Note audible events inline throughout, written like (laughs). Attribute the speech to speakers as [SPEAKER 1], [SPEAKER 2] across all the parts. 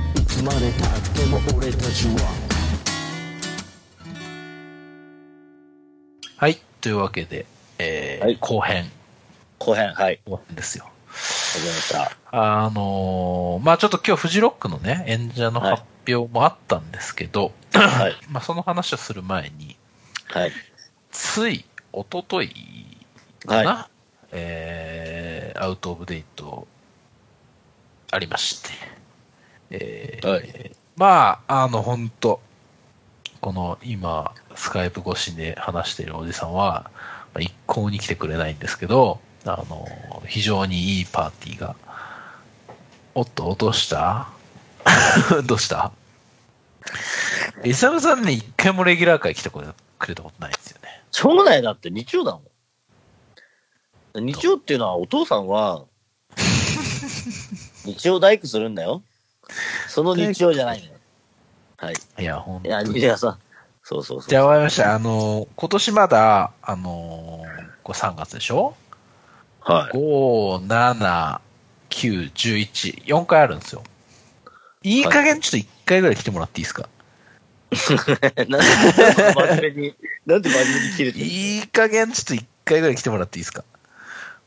[SPEAKER 1] れたでも俺たちは
[SPEAKER 2] はい。というわけで、えー
[SPEAKER 3] はい
[SPEAKER 2] 後編、
[SPEAKER 3] 後編、はい。
[SPEAKER 2] 後編ですよ。
[SPEAKER 3] 始めました。
[SPEAKER 2] あのーまあちょっと今日フジロックのね、演者の発表もあったんですけど、
[SPEAKER 3] はい。
[SPEAKER 2] まあその話をする前に、
[SPEAKER 3] はい。
[SPEAKER 2] つい、おとといかな、
[SPEAKER 3] は
[SPEAKER 2] えーアウトオブデートありまして、え
[SPEAKER 3] い。
[SPEAKER 2] ー
[SPEAKER 3] はい。
[SPEAKER 2] まあ、あの、ほんと、この今、スカイプ越しで話しているおじさんは、まあ一向に来てくれないんですけど、あの、非常にいいパーティーが。おっと、落とした (laughs) どうしたイサムさんね、一回もレギュラー会来てくれくれたことないんですよね。
[SPEAKER 3] しょうがないだって日曜だもん。日曜っていうのはお父さん
[SPEAKER 2] (laughs)
[SPEAKER 3] は、日曜大工するんだよ。その日曜じゃないのよ。はい。
[SPEAKER 2] いや、ほん
[SPEAKER 3] い
[SPEAKER 2] と
[SPEAKER 3] や、
[SPEAKER 2] に
[SPEAKER 3] い。やさ、そうそうそう。
[SPEAKER 2] じゃあ、わかりました。あの、今年まだ、あの、これ3月でしょ
[SPEAKER 3] はい。
[SPEAKER 2] 5、7、9、11、4回あるんですよ。いい加減ちょっと1回ぐらい来てもらっていいですか、
[SPEAKER 3] (laughs) なんで真面目に、なんで真面目に切れてる
[SPEAKER 2] い、い加減ちょっと1回ぐらい来てもらっていいですか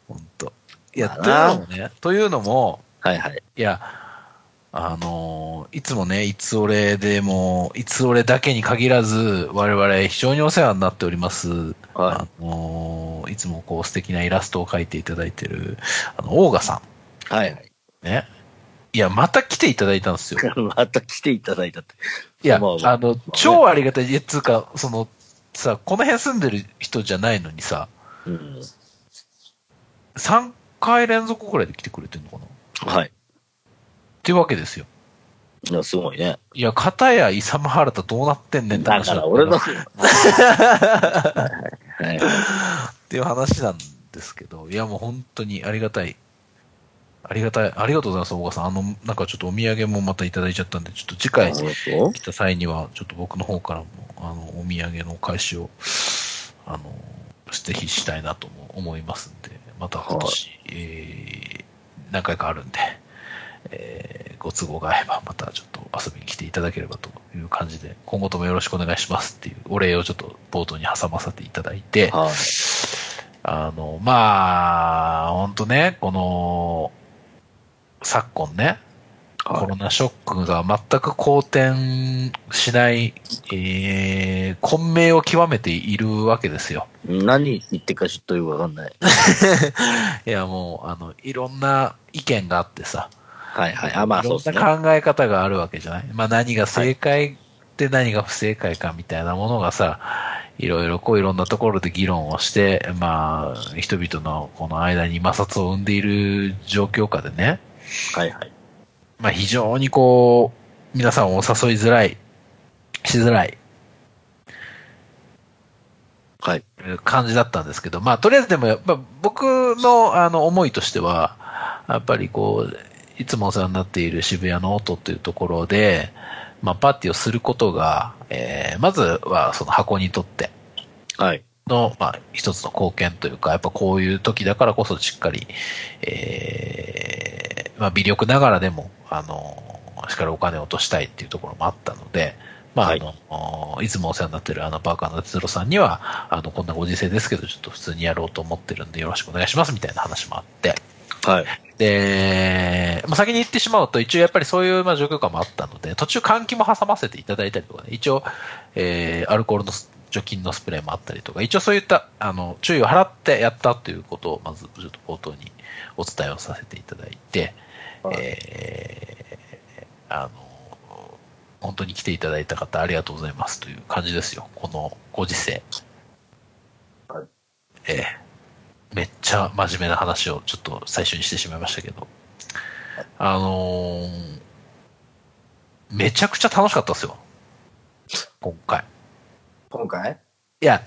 [SPEAKER 2] ほんと。いや、
[SPEAKER 3] まあ
[SPEAKER 2] とい
[SPEAKER 3] な
[SPEAKER 2] うのもね、というのも、
[SPEAKER 3] はいはい。
[SPEAKER 2] いや、あのーいつもね、いつ俺でも、いつ俺だけに限らず、我々非常にお世話になっております。
[SPEAKER 3] は
[SPEAKER 2] あのーいつもこう素敵なイラストを描いていただいてる、あの、オーガさ
[SPEAKER 3] い。はいはい。
[SPEAKER 2] ん。ね。いや、また来ていただいたんですよ。
[SPEAKER 3] (laughs) また来ていただいたって。
[SPEAKER 2] いや、
[SPEAKER 3] まあまあ
[SPEAKER 2] あの、超ありがたい。いや、つうか、その、さ、この辺住んでる人じゃないのにさ、
[SPEAKER 3] うん。
[SPEAKER 2] 3回連続ぐらいで来てくれてるのかなっ
[SPEAKER 3] はい。
[SPEAKER 2] ていうわけですよ。
[SPEAKER 3] いや、すごいね。
[SPEAKER 2] いや、片やイサムハラタどうなってんねんって
[SPEAKER 3] だ
[SPEAKER 2] 話
[SPEAKER 3] か
[SPEAKER 2] だっ
[SPEAKER 3] ら
[SPEAKER 2] たな
[SPEAKER 3] 俺の。
[SPEAKER 2] っ
[SPEAKER 3] はいはいはい。
[SPEAKER 2] ていう話なんですけど、いや、もう本当にありがたい。ありがたい。ありがとうございます、大川さん。あの、なんかちょっとお土産もまたいただいちゃったんで、ちょっと次回来
[SPEAKER 3] そう
[SPEAKER 2] た際には、ちょっと僕の方からも、あの、お土産のお返しを、あの、ぜひしたいなとも思いますんで、また今年、えー何回かあるんで、えーご都合が合えば、またちょっと遊びに来ていただければという感じで、今後ともよろしくお願いしますっていうお礼をちょっと冒頭に挟ませていただいて、
[SPEAKER 3] はい。
[SPEAKER 2] あの、まあ、ほんとね、この、昨今ね、
[SPEAKER 3] はい
[SPEAKER 2] コロナショックが全く好転しない、えー、混迷を極めているわけですよ。
[SPEAKER 3] 何言ってるかちょっとよくわかんない。
[SPEAKER 2] いや、もう、あの、いろんな意見があってさ、
[SPEAKER 3] はいはい。あ、まあ
[SPEAKER 2] い
[SPEAKER 3] そう
[SPEAKER 2] ろん
[SPEAKER 3] ですね。
[SPEAKER 2] な考え方があるわけじゃないまあ何が正解で何が不正解かみたいなものがさ、いろいろこういろんなところで議論をして、まあ、人々のこの間に摩擦を生んでいる状況下でね、
[SPEAKER 3] はいはい。
[SPEAKER 2] まあ非常にこう、皆さんをお誘いづらい、しづらい
[SPEAKER 3] はい。
[SPEAKER 2] 感じだったんですけど、まあとりあえずでもやっぱ僕のあの思いとしては、やっぱりこう、いつもお世話になっている渋谷の音というところで、まあパーティーをすることが、えーまずはその箱にとって
[SPEAKER 3] はい。
[SPEAKER 2] の、まあ一つの貢献というか、やっぱこういう時だからこそしっかり、えーまあ微力ながらでも、あの、しっかりお金を落としたいっていうところもあったので、まあ、
[SPEAKER 3] は
[SPEAKER 2] あ
[SPEAKER 3] い
[SPEAKER 2] の、い、つもお世話になってるあの、バーカーの哲郎さんには、あの、こんなご時世ですけど、ちょっと普通にやろうと思ってるんでよろしくお願いしますみたいな話もあって、
[SPEAKER 3] はい。
[SPEAKER 2] で、まあ、先に言ってしまうと、一応やっぱりそういうまあ状況下もあったので、途中換気も挟ませていただいたりとかね、一応、えーアルコールのす除菌のスプレーもあったりとか、一応そういった、あの、注意を払ってやったということを、まず、ちょっと冒頭にお伝えをさせていただいて、
[SPEAKER 3] はい
[SPEAKER 2] えーあの、本当に来ていただいた方、ありがとうございますという感じですよ、このご時世。
[SPEAKER 3] はい
[SPEAKER 2] ええめっちゃ真面目な話をちょっと最初にしてしまいましたけど、あのーめちゃくちゃ楽しかったですよ。今回。
[SPEAKER 3] 今回
[SPEAKER 2] いや、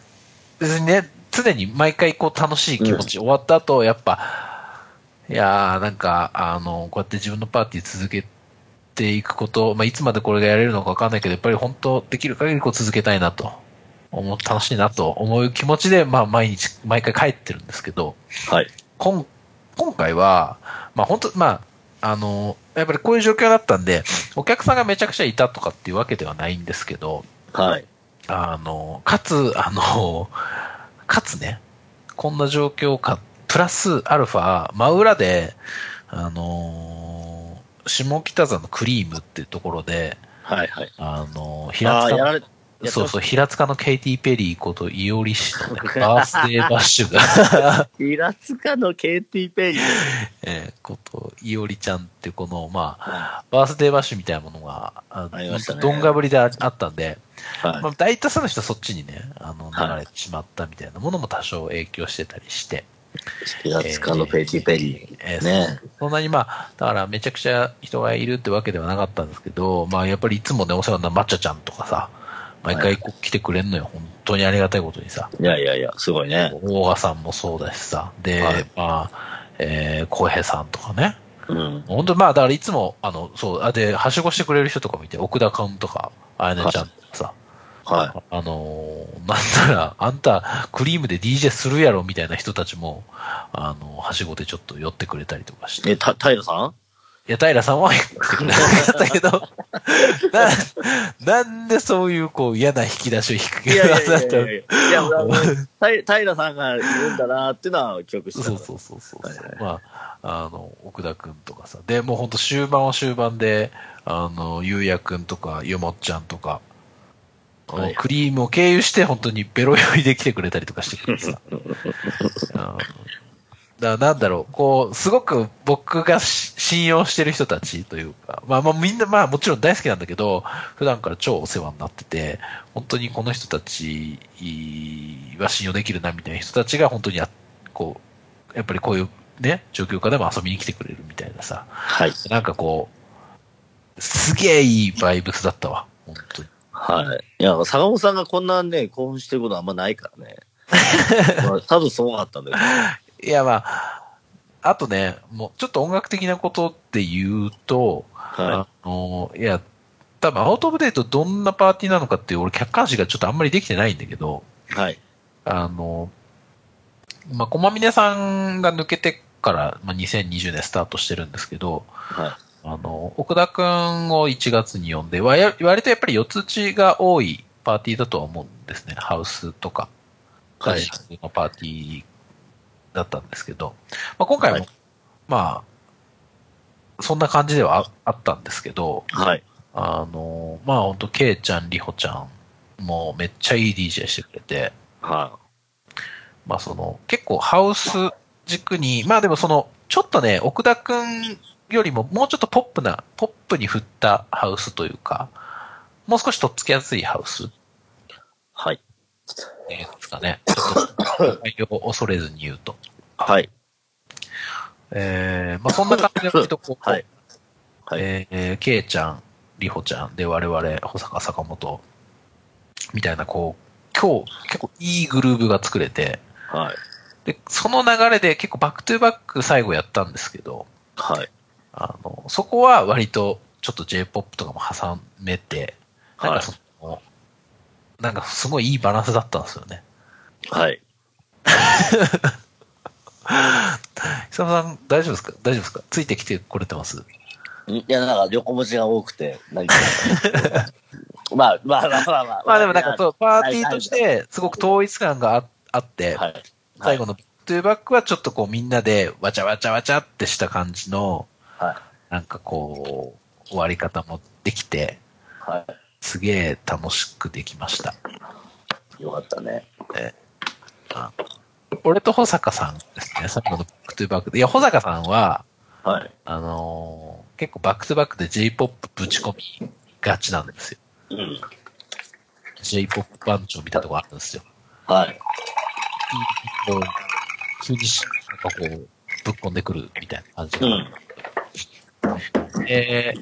[SPEAKER 2] 別にね、常に毎回こう楽しい気持ち、終わった後、やっぱ、いやーなんか、あの、こうやって自分のパーティー続けていくこと、まあ、いつまでこれがやれるのかわかんないけど、やっぱり本当できる限りこう続けたいなと、思う、楽しいなと思う気持ちで、まあ、毎日、毎回帰ってるんですけど、
[SPEAKER 3] はい。
[SPEAKER 2] 今今回は、まあ本当、まあ、あの、やっぱりこういう状況だったんで、お客さんがめちゃくちゃいたとかっていうわけではないんですけど、
[SPEAKER 3] はい。
[SPEAKER 2] あの、かつ、あの、かつね、こんな状況か、プラスアルファ、真裏で、あの、下北沢のクリームっていうところで、
[SPEAKER 3] はいはい。
[SPEAKER 2] あの、平
[SPEAKER 3] ああー、
[SPEAKER 2] 塚
[SPEAKER 3] や
[SPEAKER 2] の
[SPEAKER 3] られやってました
[SPEAKER 2] そうそう、平塚のケイティ・ペリーことイオリ氏のね、バースデーバッシュが、
[SPEAKER 3] 平塚の KT ペイジ。
[SPEAKER 2] えーこと、いおりちゃんっていうこの、
[SPEAKER 3] は
[SPEAKER 2] まあ、バースデーバッシュみたいなものが、あ
[SPEAKER 3] ありましたね
[SPEAKER 2] どんがぶりでああったんで、
[SPEAKER 3] はい
[SPEAKER 2] まあ、大多数の人はそっちにね、あの、
[SPEAKER 3] はい
[SPEAKER 2] 流れてしまったみたいなものも多少影響してたりして、
[SPEAKER 3] 平塚のペイティペリー。
[SPEAKER 2] えー
[SPEAKER 3] ね
[SPEAKER 2] そんなにまあ、だからめちゃくちゃ人がいるってわけではなかったんですけど、まあ、やっぱりいつもね、お世話になる抹茶ちゃんとかさ、毎回こう来てくれんのよ、本当にありがたいことにさ。
[SPEAKER 3] いやいやいや、すごいね。
[SPEAKER 2] 大賀さんもそうだしさ、で、
[SPEAKER 3] はい
[SPEAKER 2] まあ、えー、浩平さんとかね。
[SPEAKER 3] うん。
[SPEAKER 2] 本当まあ、だからいつも、あの、そう、あで、はしごしてくれる人とか見て、奥田君とか、あやねちゃんとかさ、
[SPEAKER 3] は
[SPEAKER 2] あのーなんなら、あんた、クリームで DJ するやろみたいな人たちも、あの、はしごでちょっと寄ってくれたりとかし
[SPEAKER 3] い。
[SPEAKER 2] て。い
[SPEAKER 3] え、た、平さん
[SPEAKER 2] や、平さんは寄ってくれなかったけど、
[SPEAKER 3] (laughs)
[SPEAKER 2] な、なんでそういう、こう、嫌な引き出しを引く
[SPEAKER 3] い
[SPEAKER 2] (laughs)
[SPEAKER 3] やいやいやい
[SPEAKER 2] と
[SPEAKER 3] やいや。いや、俺はもうたい平さんがいるんだなっていうのは記憶してた。
[SPEAKER 2] そうそうそうそうそう、
[SPEAKER 3] はいはい
[SPEAKER 2] まあ、あの、奥田くんとかさ。で、もうほんと終盤は終盤で、あの、ゆうやくんとか、よもっちゃんとか、
[SPEAKER 3] はいはい
[SPEAKER 2] あのクリームを経由して本当にベロ酔いで来てくれたりとかしてくれて
[SPEAKER 3] (laughs)
[SPEAKER 2] さ。あのだなんだろう、こう、すごく僕がし信用してる人たちというか、まあまあみんな、まあもちろん大好きなんだけど、普段から超お世話になってて、本当にこの人たちは信用できるなみたいな人たちが本当にや、こう、やっぱりこういうね、状況下でも遊びに来てくれるみたいなさ、
[SPEAKER 3] はい。
[SPEAKER 2] なんかこう、すげえいいバイブスだったわ、本当に。
[SPEAKER 3] はい。いや、坂本さんがこんなね、興奮してることあんまないから
[SPEAKER 2] (laughs)
[SPEAKER 3] ね。まあ多分そうだったんだけど。
[SPEAKER 2] いやまあ、あとね、もうちょっと音楽的なことって言うと、
[SPEAKER 3] は
[SPEAKER 2] あの、いや、多分アウトオブデートどんなパーティーなのかっていう、俺客観視がちょっとあんまりできてないんだけど、
[SPEAKER 3] い。はい。
[SPEAKER 2] あの、まあ、駒峰さんが抜けてから、まあ、2020年スタートしてるんですけど、
[SPEAKER 3] は
[SPEAKER 2] あの、奥田くんを1月に呼んで、わや割とやっぱり四つ打ちが多いパーティーだとは思うんですね。ハウスとか、
[SPEAKER 3] はい
[SPEAKER 2] クラシックのパーティーだったんですけど、まあ、今回も、
[SPEAKER 3] はい
[SPEAKER 2] まあ、そんな感じではああったんですけど、
[SPEAKER 3] い。はい。
[SPEAKER 2] あの、まあ本当ケイちゃん、リホちゃんもめっちゃいい DJ してくれて、
[SPEAKER 3] は
[SPEAKER 2] まあその、結構ハウス軸に、まあでもその、ちょっとね、奥田くんよりももうちょっとポップな、ポップに振ったハウスというか、もう少しとっつきやすいハウスっ
[SPEAKER 3] い。はい。
[SPEAKER 2] ていうんですかね。ちょ
[SPEAKER 3] (laughs)
[SPEAKER 2] っと、内容を恐れずに言うと。
[SPEAKER 3] はい。
[SPEAKER 2] えー、まあそんな感じで割とこう、
[SPEAKER 3] はい。はい
[SPEAKER 2] えー、ケイちゃん、リホちゃんで我々、保坂坂本、みたいなこう、今日結構いいグルーブが作れて、
[SPEAKER 3] はい。
[SPEAKER 2] で、その流れで結構バックトゥーバック最後やったんですけど、
[SPEAKER 3] はい。
[SPEAKER 2] あの、そこは割とちょっと J-POP とかも挟めて、なん
[SPEAKER 3] は
[SPEAKER 2] かその、なんかすごいいいバランスだったんですよね。
[SPEAKER 3] い。はい。
[SPEAKER 2] 久野さん大丈夫ですか大丈夫ですかついてきてこれてます
[SPEAKER 3] いや、なんか横文字が多くて、何か (laughs) まあ、まあまあまあまあ。
[SPEAKER 2] まあでもなんかそう、パーティー
[SPEAKER 3] はい
[SPEAKER 2] としてすごく統一感がああって、
[SPEAKER 3] はい。はい
[SPEAKER 2] 最後。のバックトゥーバックはちょっとこうみんなでわちゃわちゃわちゃってした感じの、
[SPEAKER 3] は
[SPEAKER 2] なんかこう、終わり方もできて、
[SPEAKER 3] い。は
[SPEAKER 2] すげえ楽しくできました。
[SPEAKER 3] い。よかったね。
[SPEAKER 2] あ俺と保坂さんですね、最後のバックトゥバックで。いや、保坂さんは、
[SPEAKER 3] はい。
[SPEAKER 2] あのー結構バックトゥバックで J-POP ぶち込みがちなんですよ。
[SPEAKER 3] うん。
[SPEAKER 2] J-POP 番長みたいなとこあるんですよ。
[SPEAKER 3] はい。
[SPEAKER 2] こう、急にし、なんかこう、ぶっ込んでくるみたいな感じ
[SPEAKER 3] う
[SPEAKER 2] が。
[SPEAKER 3] ん。
[SPEAKER 2] え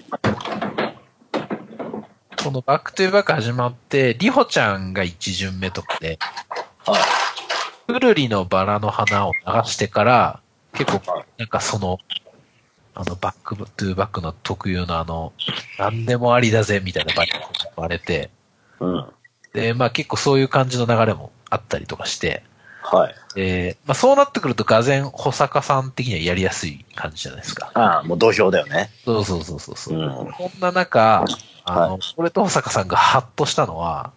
[SPEAKER 2] このバックトゥバック始まって、リホちゃんが1巡目とかで、
[SPEAKER 3] はい。
[SPEAKER 2] くるりのバラの花を流してから、結構、なんかその、あの、バックトゥーバックの特有のあの、なんでもありだぜ、みたいなバイクが生まれて、
[SPEAKER 3] うん。
[SPEAKER 2] で、まあ結構そういう感じの流れもあったりとかして、
[SPEAKER 3] はい。
[SPEAKER 2] えーまあ、そうなってくると、がぜん、保坂さん的にはやりやすい感じじゃないですか。
[SPEAKER 3] ああ、もう土俵だよね。
[SPEAKER 2] そうそうそうそうそうう。
[SPEAKER 3] ん。
[SPEAKER 2] こんな中、あの、
[SPEAKER 3] は
[SPEAKER 2] 俺と保坂さんがハッとしたのは、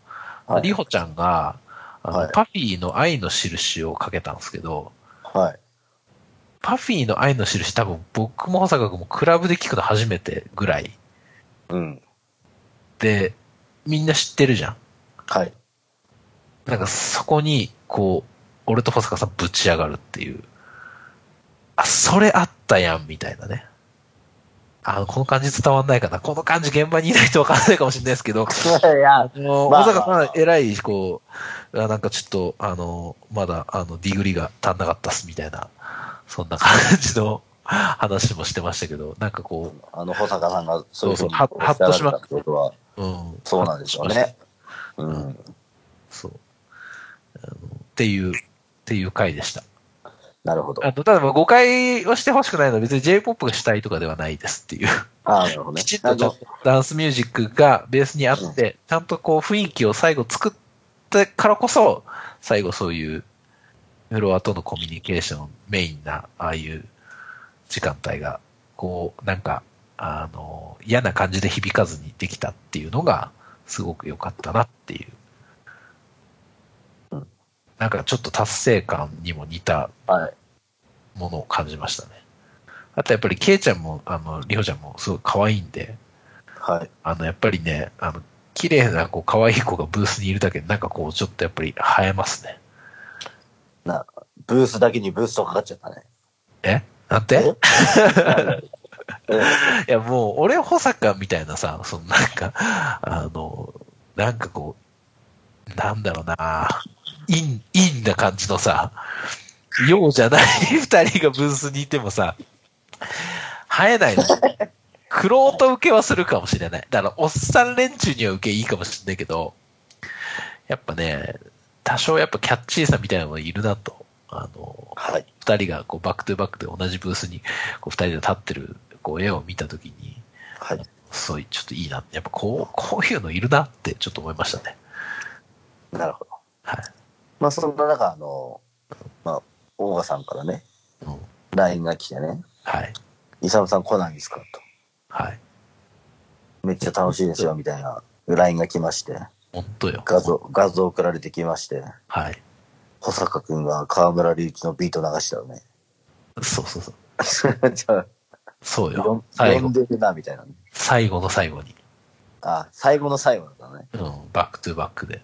[SPEAKER 3] はい
[SPEAKER 2] リホちゃんが、あの
[SPEAKER 3] はい
[SPEAKER 2] パフィーの愛の印をかけたんですけど、
[SPEAKER 3] はい。
[SPEAKER 2] パフィーの愛の印多分僕も保坂君もクラブで聞くの初めてぐらい
[SPEAKER 3] うん。
[SPEAKER 2] で、みんな知ってるじゃん。
[SPEAKER 3] はい。
[SPEAKER 2] なんかそこに、こう、俺と保坂さんぶち上がるっていう。あ、それあったやん、みたいなね。あの、この感じ伝わんないかな。この感じ現場にいないとわかんないかもしれないですけど、
[SPEAKER 3] (laughs) いや、
[SPEAKER 2] もう、
[SPEAKER 3] まあ
[SPEAKER 2] 小坂
[SPEAKER 3] まあ
[SPEAKER 2] さん、偉い、こう、あなんかちょっと、あの、まだ、あの、ディグリが足んなかったっす、みたいな、そんな感じの話もしてましたけ (laughs) ど、なんかこ
[SPEAKER 3] あの、保坂さんがそういうふうに
[SPEAKER 2] そうそうははっとし
[SPEAKER 3] し
[SPEAKER 2] ま
[SPEAKER 3] たってことは、
[SPEAKER 2] う、うん。
[SPEAKER 3] そうなんでしょうね。うん。
[SPEAKER 2] そう。あのっていう、っていう回でした。
[SPEAKER 3] なるほど。
[SPEAKER 2] あの、ただまあ誤解をしてほしくないのは別に J-POP がしたいとかではないですっていう。
[SPEAKER 3] ああ、なるほどね
[SPEAKER 2] きちっ。
[SPEAKER 3] あ
[SPEAKER 2] と
[SPEAKER 3] じゃあ
[SPEAKER 2] ダンスミュージックがベースにあって、ちゃんとこう雰囲気を最後作ったからこそ、最後そういうフロアとのコミュニケーションメインな、ああいう時間帯が、こう、なんか、あの、嫌な感じで響かずにできたっていうのが、すごく良かったなっていう。なんかちょっと達成感にも似た
[SPEAKER 3] はい。
[SPEAKER 2] ものを感じましたね。あとやっぱり、ケイちゃんも、あの、リホちゃんもすごい可愛いんで、
[SPEAKER 3] はい。
[SPEAKER 2] あの、やっぱりね、あの、綺麗な、こう、可愛い子がブースにいるだけで、なんかこう、ちょっとやっぱり映えますね。
[SPEAKER 3] ブースだけにブーストかかっちゃったね。
[SPEAKER 2] えなんて
[SPEAKER 3] うん
[SPEAKER 2] (laughs) いや、もう、俺、保坂みたいなさ、そのなんか、あの、なんかこう、なんだろうな、イン、インな感じのさ、ようじゃない (laughs) 二人がブースにいてもさ、映えないの。クロート受けはするかもしれない。だから、おっさん連中には受けいいかもしれないけど、やっぱね、多少やっぱキャッチーさみたいなのがいるなと、あの、
[SPEAKER 3] はい。
[SPEAKER 2] 二人がこうバックトゥバックで同じブースにこう二人で立ってるこう絵を見たときに、
[SPEAKER 3] はい。
[SPEAKER 2] そういちょっといいな。やっぱこう、こういうのいるなってちょっと思いましたね。
[SPEAKER 3] なるほど。
[SPEAKER 2] はい。
[SPEAKER 3] まあ、そんな中、あの、まあ、大賀さんからね、
[SPEAKER 2] うん。
[SPEAKER 3] LINE が来てね、
[SPEAKER 2] はい。
[SPEAKER 3] イサムさん来ないんですか
[SPEAKER 2] はい。
[SPEAKER 3] と。めっちゃ楽しいですよ、みたいな LINE が来まして、
[SPEAKER 2] 本当よ。
[SPEAKER 3] 画像、画像送られてきまして、
[SPEAKER 2] はい。
[SPEAKER 3] 保坂くんが河村隆一のビート流したよ
[SPEAKER 2] (laughs)
[SPEAKER 3] ね。
[SPEAKER 2] そうそうそう。
[SPEAKER 3] じゃ
[SPEAKER 2] そうよ。
[SPEAKER 3] あ、
[SPEAKER 2] 最
[SPEAKER 3] 呼ん
[SPEAKER 2] 後、
[SPEAKER 3] でるな、みたいなね。
[SPEAKER 2] 最後の最後に。
[SPEAKER 3] あ、最後の最後だったね。
[SPEAKER 2] うん。バックトゥバックで。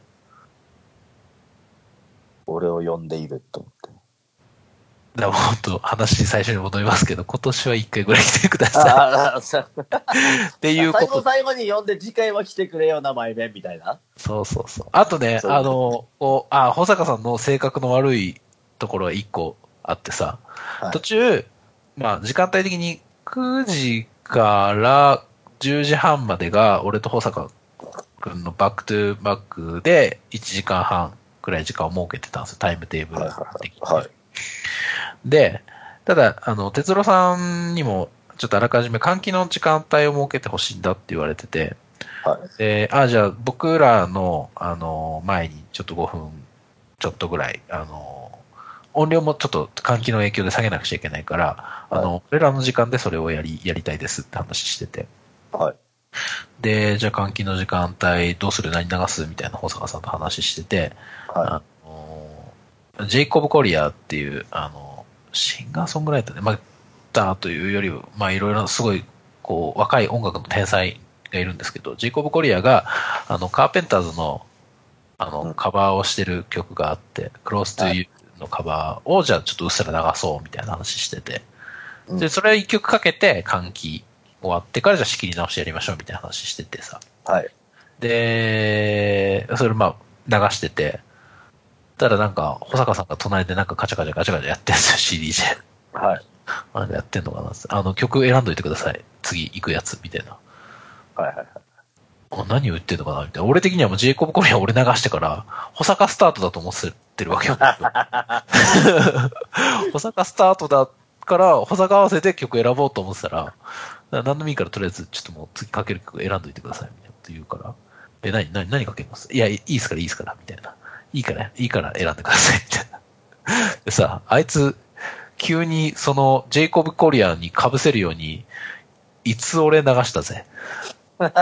[SPEAKER 3] 俺を呼んでいると思って。
[SPEAKER 2] (laughs) だから本当、話最初に戻りますけど、今年は一回ぐらい来てくださ
[SPEAKER 3] ああ、さ
[SPEAKER 2] い。っていうこ
[SPEAKER 3] 最後
[SPEAKER 2] と。
[SPEAKER 3] 最後に呼んで次回は来てくれよな、前面みたいな。
[SPEAKER 2] そうそうそう。あとね、
[SPEAKER 3] そう
[SPEAKER 2] あの、こう、あ、保坂さんの性格の悪いところが一個あってさ、
[SPEAKER 3] はい
[SPEAKER 2] 途中、まあ、時間帯的に9時から10時半までが、俺と保坂くんのバックトゥーバックで1時間半くらい時間を設けてたんですよ、タイムテーブル
[SPEAKER 3] はい
[SPEAKER 2] 的に
[SPEAKER 3] はいはい。
[SPEAKER 2] で、ただ、あの、哲郎さんにも、ちょっとあらかじめ換気の時間帯を設けてほしいんだって言われてて、
[SPEAKER 3] はい。
[SPEAKER 2] で、あ、じゃあ僕らの、あの、前にちょっと5分ちょっとぐらい、あの、音量もちょっと換気の影響で下げなくちゃいけないから、あの、俺らの時間でそれをやり、やりたいですって話してて。
[SPEAKER 3] はい。
[SPEAKER 2] で、じゃあ換気の時間帯どうする何流すみたいな保坂さんと話してて、
[SPEAKER 3] は
[SPEAKER 2] あのージェイコブ・コリアっていう、あのーシンガーソングライターで、まあ、だというより、まあ、いろいろすごい、こう、若い音楽の天才がいるんですけど、ジェイコブ・コリアが、あの、カーペンターズの、あ
[SPEAKER 3] う
[SPEAKER 2] の、
[SPEAKER 3] ん
[SPEAKER 2] カバーをしてる曲があって、クロス・ト
[SPEAKER 3] は
[SPEAKER 2] ゥ・ユーのカバーを、じゃあちょっとうっすら流そうみたいな話してて、
[SPEAKER 3] うん
[SPEAKER 2] で、それ一曲かけて、換気終わってから、じゃあ仕切り直してやりましょうみたいな話しててさ、
[SPEAKER 3] い。はい。
[SPEAKER 2] で、それまあ流してて、ただなんか、保坂さんが隣でなんかカチャカチャカチャカチャやってんすよ、CD (laughs) で。
[SPEAKER 3] はい。
[SPEAKER 2] なんかやってんのかなあの、曲選んどいてください。次行くやつ、みたいな。
[SPEAKER 3] はいはい。
[SPEAKER 2] あ何を言ってんのかなみたいな。俺的にはもうジェイコブ・コリア俺流してから、保坂スタートだと思ってるわけよ。 (laughs) 保坂スタートだから、保坂合わせで曲選ぼうと思ってたら、な何でもいいからとりあえずちょっともう次かける曲選んどいてください、みたいなこと言うから。え、何、何、何かけますいや、いいいっすから、いいっすから、みたいな。いいから、いいから選んでください、みたいな。でさ、あいつ、急にそのジェイコブ・コリアンに被せるように、いつ俺流し
[SPEAKER 3] (laughs)
[SPEAKER 2] たぜ。この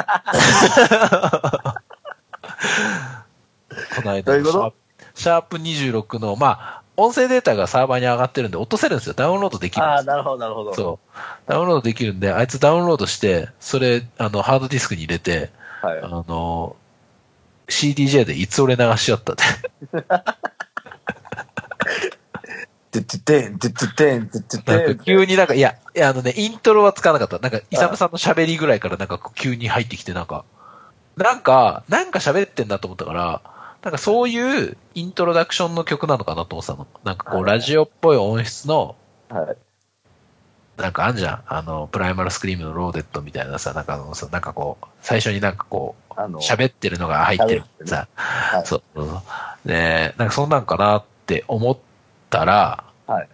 [SPEAKER 2] 間
[SPEAKER 3] どういうこ
[SPEAKER 2] の
[SPEAKER 3] と
[SPEAKER 2] シャープ、シャープ26の、まあ、音声データがサーバーに上がってるんで落とせるんですよ。ダウンロードできるん
[SPEAKER 3] あ
[SPEAKER 2] で
[SPEAKER 3] あ、
[SPEAKER 2] すよ。
[SPEAKER 3] なるほど、なるほど。
[SPEAKER 2] そう。ダウンロードできるんで、あいつダウンロードして、それ、あの、ハードディスクに入れて、
[SPEAKER 3] はい
[SPEAKER 2] あ。の、CDJ でいつ俺流しちゃったって。
[SPEAKER 3] てってってん、てってってん、てってっ
[SPEAKER 2] なんか
[SPEAKER 3] てん。
[SPEAKER 2] 急になんか、いや、いやあのね、イントロは使わなかった。なんか、イサムさんの喋りぐらいからなんかこう急に入ってきて、なんか、なんか、なんか喋ってんなと思ったから、なんかそういうイントロダクションの曲なのかなと思ってたの。なんかこう、
[SPEAKER 3] はい
[SPEAKER 2] ラジオっぽい音質の、
[SPEAKER 3] はい。
[SPEAKER 2] なんかあんじゃん。あの、プライマルスクリームのローデッドみたいなさ、なんかあのさ、なんかこう、最初になんかこう、
[SPEAKER 3] あの、
[SPEAKER 2] 喋ってるのが入ってる
[SPEAKER 3] 喋って。る
[SPEAKER 2] さ、
[SPEAKER 3] はい
[SPEAKER 2] そうそうそう。で、なんかそんなんかなって思ったら、
[SPEAKER 3] はい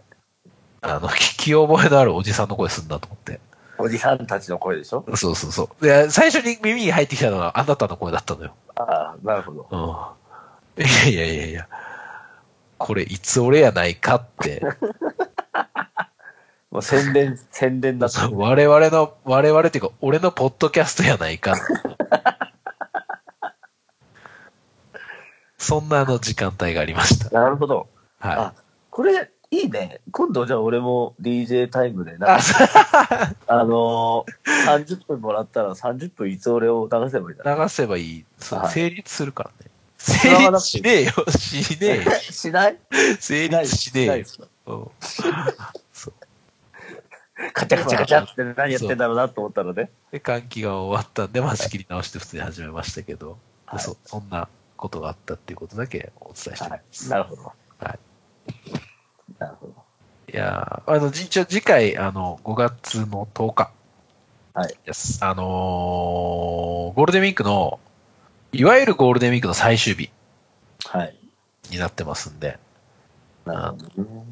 [SPEAKER 2] あの、聞き覚えのあるおじさんの声すんなと思って。
[SPEAKER 3] おじさんたちの声でしょ
[SPEAKER 2] そうそうそう。で、最初に耳に入ってきたのがあなたの声だったのよ。
[SPEAKER 3] ああ、なるほど。
[SPEAKER 2] うん。いやいやいやいや。これいつ俺やないかって。
[SPEAKER 3] もう宣伝、宣伝だ
[SPEAKER 2] そ
[SPEAKER 3] と。
[SPEAKER 2] う (laughs) 我々の、我々っていうか、俺のポッドキャストやないか (laughs) って。そんなあの時間帯がありました。
[SPEAKER 3] なるほど。
[SPEAKER 2] は
[SPEAKER 3] あこれ、いいね。今度じゃあ俺も DJ タイムで
[SPEAKER 2] い。あ、
[SPEAKER 3] な、
[SPEAKER 2] そう
[SPEAKER 3] あのー、30分もらったら30分いつ俺を流せばいいんだ。
[SPEAKER 2] 流せばいい。そう
[SPEAKER 3] はい
[SPEAKER 2] 成立するからね。
[SPEAKER 3] れはだって
[SPEAKER 2] 成立しねえよ、しね
[SPEAKER 3] (laughs)
[SPEAKER 2] えよ。
[SPEAKER 3] しない
[SPEAKER 2] 成
[SPEAKER 3] しない
[SPEAKER 2] 立しねえ
[SPEAKER 3] ない
[SPEAKER 2] よ
[SPEAKER 3] で。す
[SPEAKER 2] うん
[SPEAKER 3] カチャカチャカチャって何やってんだろうなと思ったらね。
[SPEAKER 2] で、換気が終わったんで、まあ、仕切り直して普通に始めましたけど、
[SPEAKER 3] はい
[SPEAKER 2] そそんなことがあったっていうことだけお伝えしてお
[SPEAKER 3] は
[SPEAKER 2] りま
[SPEAKER 3] い。
[SPEAKER 2] す。
[SPEAKER 3] なるほど。
[SPEAKER 2] はい。
[SPEAKER 3] なるほど。
[SPEAKER 2] い、やーあの、じ一応次回、あの、5月の10日。
[SPEAKER 3] はい。
[SPEAKER 2] です。あのーゴールデンウィークの、いわゆるゴールデンウィークの最終日
[SPEAKER 3] はい。
[SPEAKER 2] になってますんで、
[SPEAKER 3] なるほ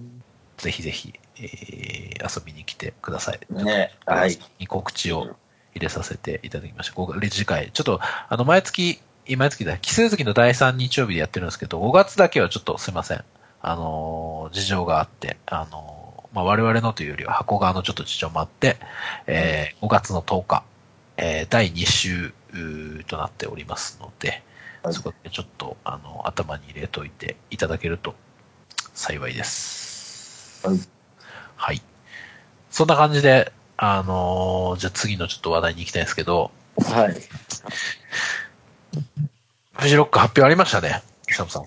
[SPEAKER 2] ぜひぜひ、えー遊びに来てください。
[SPEAKER 3] ど。ね。はい。
[SPEAKER 2] に告知を入れさせていただきました。5月、次回、ちょっと、あの、毎月、毎月だ、奇数月の第3日曜日でやってるんですけど、5月だけはちょっとすいません。あのー事情があって、あのーまあ、我々のというよりは箱側のちょっと事情もあって、えー5月の10日、えー第2週うーとなっておりますので、
[SPEAKER 3] はい
[SPEAKER 2] そこでちょっと、あの、頭に入れといていただけると幸いです。
[SPEAKER 3] はい。
[SPEAKER 2] はい。そんな感じで、あのーじゃあ次のちょっと話題に行きたいんですけど、
[SPEAKER 3] はい。
[SPEAKER 2] フジロック発表ありましたね、イサムさん。い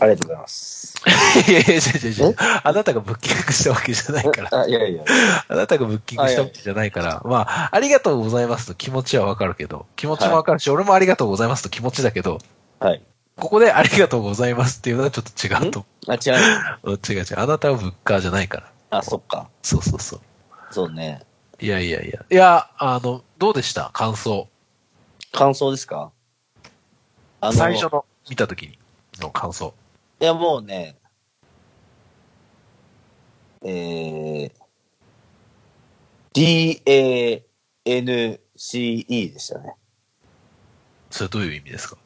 [SPEAKER 3] ありがとうございます。
[SPEAKER 2] やいやいやいやいやあなたがブッキングしたわけじゃないから、
[SPEAKER 3] あいやいや。
[SPEAKER 2] あなたがブッキングしたわけじゃないから、まあ、ありがとうございますと気持ちはわかるけど、気持ちもわかるし、俺もありがとうございますと気持ちだけど、
[SPEAKER 3] はい。
[SPEAKER 2] ここでありがとうございますっていうのはちょっと違うと
[SPEAKER 3] あ、違う。
[SPEAKER 2] 思う。違う違う。あなたはブッカーじゃないから。
[SPEAKER 3] あ、そっか。
[SPEAKER 2] そうそうそう。
[SPEAKER 3] そうね。
[SPEAKER 2] いやいやいや。いや、あの、どうでした感想。
[SPEAKER 3] 感想ですかあの、
[SPEAKER 2] 最
[SPEAKER 3] い
[SPEAKER 2] 初の見た時の感想。
[SPEAKER 3] やもうね、えー、DANCE でしたね。
[SPEAKER 2] それどういう意味ですか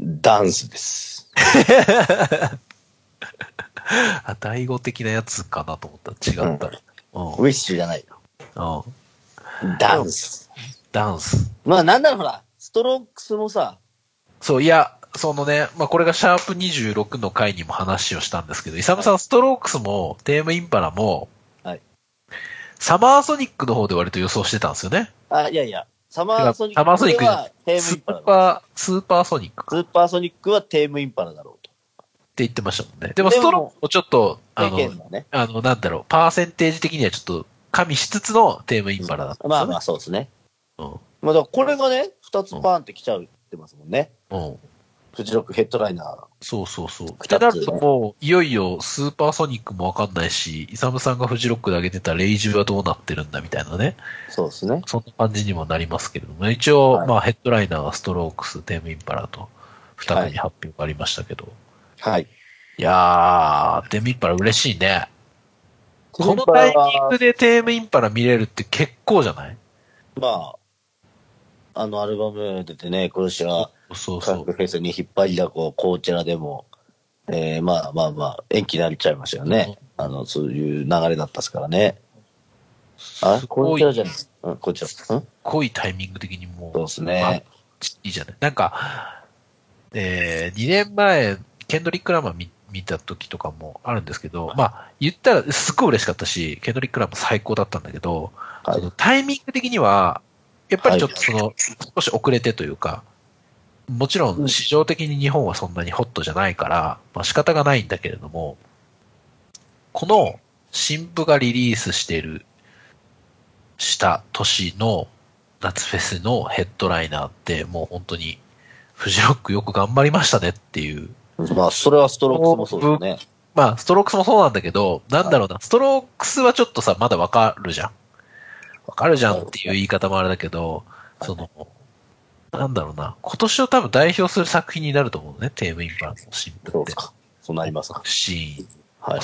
[SPEAKER 3] ダンスです。
[SPEAKER 2] あ、第語的なやつかなと思った違った。うん。
[SPEAKER 3] ウィッシュじゃないよ。
[SPEAKER 2] うん。
[SPEAKER 3] ダンス。
[SPEAKER 2] ダンス。
[SPEAKER 3] まあなんだろうほら、ストロークスもさ、
[SPEAKER 2] そう、いや、そのね、まあ、これがシャープ26の回にも話をしたんですけど、イサムさん、ストロークスも、テーマインパラも、
[SPEAKER 3] はい
[SPEAKER 2] サマーソニックの方で割と予想してたんですよね。
[SPEAKER 3] あ、いやいや、サマーソニック
[SPEAKER 2] サマーソニックじゃな
[SPEAKER 3] はテー
[SPEAKER 2] ス
[SPEAKER 3] ムイン
[SPEAKER 2] ー
[SPEAKER 3] パラだ。
[SPEAKER 2] パー、スーパーソニックか
[SPEAKER 3] ス
[SPEAKER 2] っ
[SPEAKER 3] ーパーソニックはテームインパラだろうと。
[SPEAKER 2] て言ってましたもんね。でも、
[SPEAKER 3] で
[SPEAKER 2] ス
[SPEAKER 3] も
[SPEAKER 2] トロークもちょっと、あ
[SPEAKER 3] 世
[SPEAKER 2] の、
[SPEAKER 3] 間のね。
[SPEAKER 2] あの、なんだろう、パーセンテージ的にはちょっと、加味しつつのテーマインパラだったんです
[SPEAKER 3] ま
[SPEAKER 2] よ
[SPEAKER 3] あ
[SPEAKER 2] ね
[SPEAKER 3] まあそうですね。
[SPEAKER 2] うん
[SPEAKER 3] まあだからこれがね、二つパーンって来ちゃうってますもんね。
[SPEAKER 2] うん。
[SPEAKER 3] フジロックヘッドライナー。
[SPEAKER 2] そうそうそう。っ
[SPEAKER 3] 二つ
[SPEAKER 2] てなるともう、いよいよスーパーソニックもわかんないし、イサムさんがフジロックで上げてたレイジはどうなってるんだみたいなね。
[SPEAKER 3] そうですね。
[SPEAKER 2] そんな感じにもなりますけれども、一応、
[SPEAKER 3] はい
[SPEAKER 2] まあヘッドライナーがストロークス、テームインパラと、二組発表がありましたけど。
[SPEAKER 3] はい。
[SPEAKER 2] い、やー、テームインパラ嬉しいね。この
[SPEAKER 3] テーマ
[SPEAKER 2] タ
[SPEAKER 3] イ
[SPEAKER 2] イ
[SPEAKER 3] ンパラは
[SPEAKER 2] ミングでテームインパラ見れるって結構じゃない
[SPEAKER 3] まあ、あのアルバム出てね、今年は、
[SPEAKER 2] そう
[SPEAKER 3] カ
[SPEAKER 2] そ
[SPEAKER 3] ッ
[SPEAKER 2] う。
[SPEAKER 3] クフェスに引っ張りだこ、コーチェラでも、えーまあまあまあ、延期になっちゃいましたよね。あの、そういう流れだったですからね。あ
[SPEAKER 2] す、
[SPEAKER 3] こ
[SPEAKER 2] ご
[SPEAKER 3] ちら
[SPEAKER 2] い、
[SPEAKER 3] じゃないですうん、こちら。うん
[SPEAKER 2] 濃いタイミング的にも
[SPEAKER 3] そうですね。
[SPEAKER 2] いいじゃない。なんか、えー、2年前、ケンドリック・ラマー見見た時とかもあるんですけど、まあ、言ったらすっごい嬉しかったし、ケンドリック・ラマー最高だったんだけど、
[SPEAKER 3] は
[SPEAKER 2] そ
[SPEAKER 3] い
[SPEAKER 2] の。タイミング的には、やっぱりちょっとその、少し遅れてというか、もちろ
[SPEAKER 3] うん
[SPEAKER 2] ん市場的に日本はそんなにホットじゃないから、まあ仕方がないんだけれども、この新婦がリリースしてる、した年の夏フェスのヘッドライナーって、もう本当に、フジロックよく頑張りましたねっていう。
[SPEAKER 3] まあ、それはストロークスもそうですね。
[SPEAKER 2] まあ、ストロークスもそうなんだけど、なんだろうな、ストロークスはちょっとさ、まだわかるじゃん。わかるじゃんっていう言い方もあれだけど、その、なんだろうな、今年を多分代表する作品になると思うのね、テームインパラスの新
[SPEAKER 3] そ
[SPEAKER 2] 聞
[SPEAKER 3] う
[SPEAKER 2] っ
[SPEAKER 3] で
[SPEAKER 2] て
[SPEAKER 3] す。か。そうなりますか。
[SPEAKER 2] シーン。
[SPEAKER 3] はい。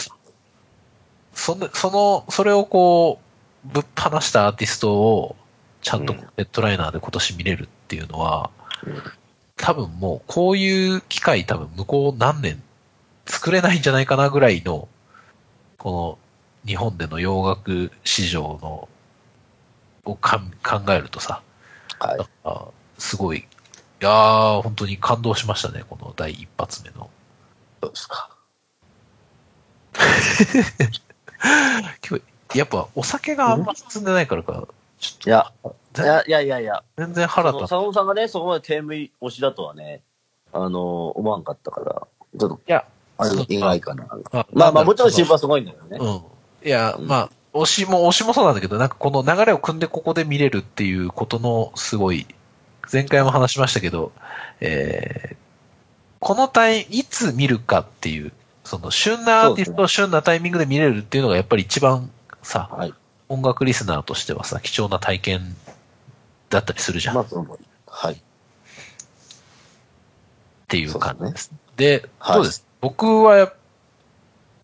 [SPEAKER 2] そんな、その、それをこう、ぶっ放したアーティストを、ちゃんと
[SPEAKER 3] うん
[SPEAKER 2] ヘッドライナーで今年見れるっていうのは、
[SPEAKER 3] うん
[SPEAKER 2] 多分もう、こういう機会多分向こう何年作れないんじゃないかなぐらいの、この、日本での洋楽市場の、をかん考えるとさ、
[SPEAKER 3] はい。
[SPEAKER 2] あすごい、いやー、本当に感動しましたね、この第一発目の。
[SPEAKER 3] そうですか。
[SPEAKER 2] 今日、やっぱお酒があんま進んでないからか、ち
[SPEAKER 3] いや、
[SPEAKER 2] ょっ
[SPEAKER 3] い
[SPEAKER 2] と、
[SPEAKER 3] やいやいやいや、
[SPEAKER 2] 全然腹
[SPEAKER 3] そ
[SPEAKER 2] 立
[SPEAKER 3] の
[SPEAKER 2] っ
[SPEAKER 3] 坂本さんがね、そこまで手向い推しだとはね、あのー思わんかったから、ちょっと、
[SPEAKER 2] いや、
[SPEAKER 3] あ
[SPEAKER 2] そう
[SPEAKER 3] れ、意外かな。
[SPEAKER 2] ま
[SPEAKER 3] まあまあ、もちろん心
[SPEAKER 2] 心
[SPEAKER 3] 配はすごいんだよね。
[SPEAKER 2] うん。いや、
[SPEAKER 3] うん
[SPEAKER 2] まあ、推しも、推しもそうなんだけど、なんかこの流れを組んでここで見れるっていうことのすごい、前回も話しましたけど、えー、このタイ、いつ見るかっていう、その旬なアーティストを旬なタイミングで見れるっていうのがやっぱり一番さ、
[SPEAKER 3] はい。
[SPEAKER 2] 音楽リスナーとしてはさ、貴重な体験だったりするじゃん
[SPEAKER 3] ま
[SPEAKER 2] っ
[SPEAKER 3] あ、その通りはい。
[SPEAKER 2] ていう感じです。で、
[SPEAKER 3] はい
[SPEAKER 2] どうです僕はやっ、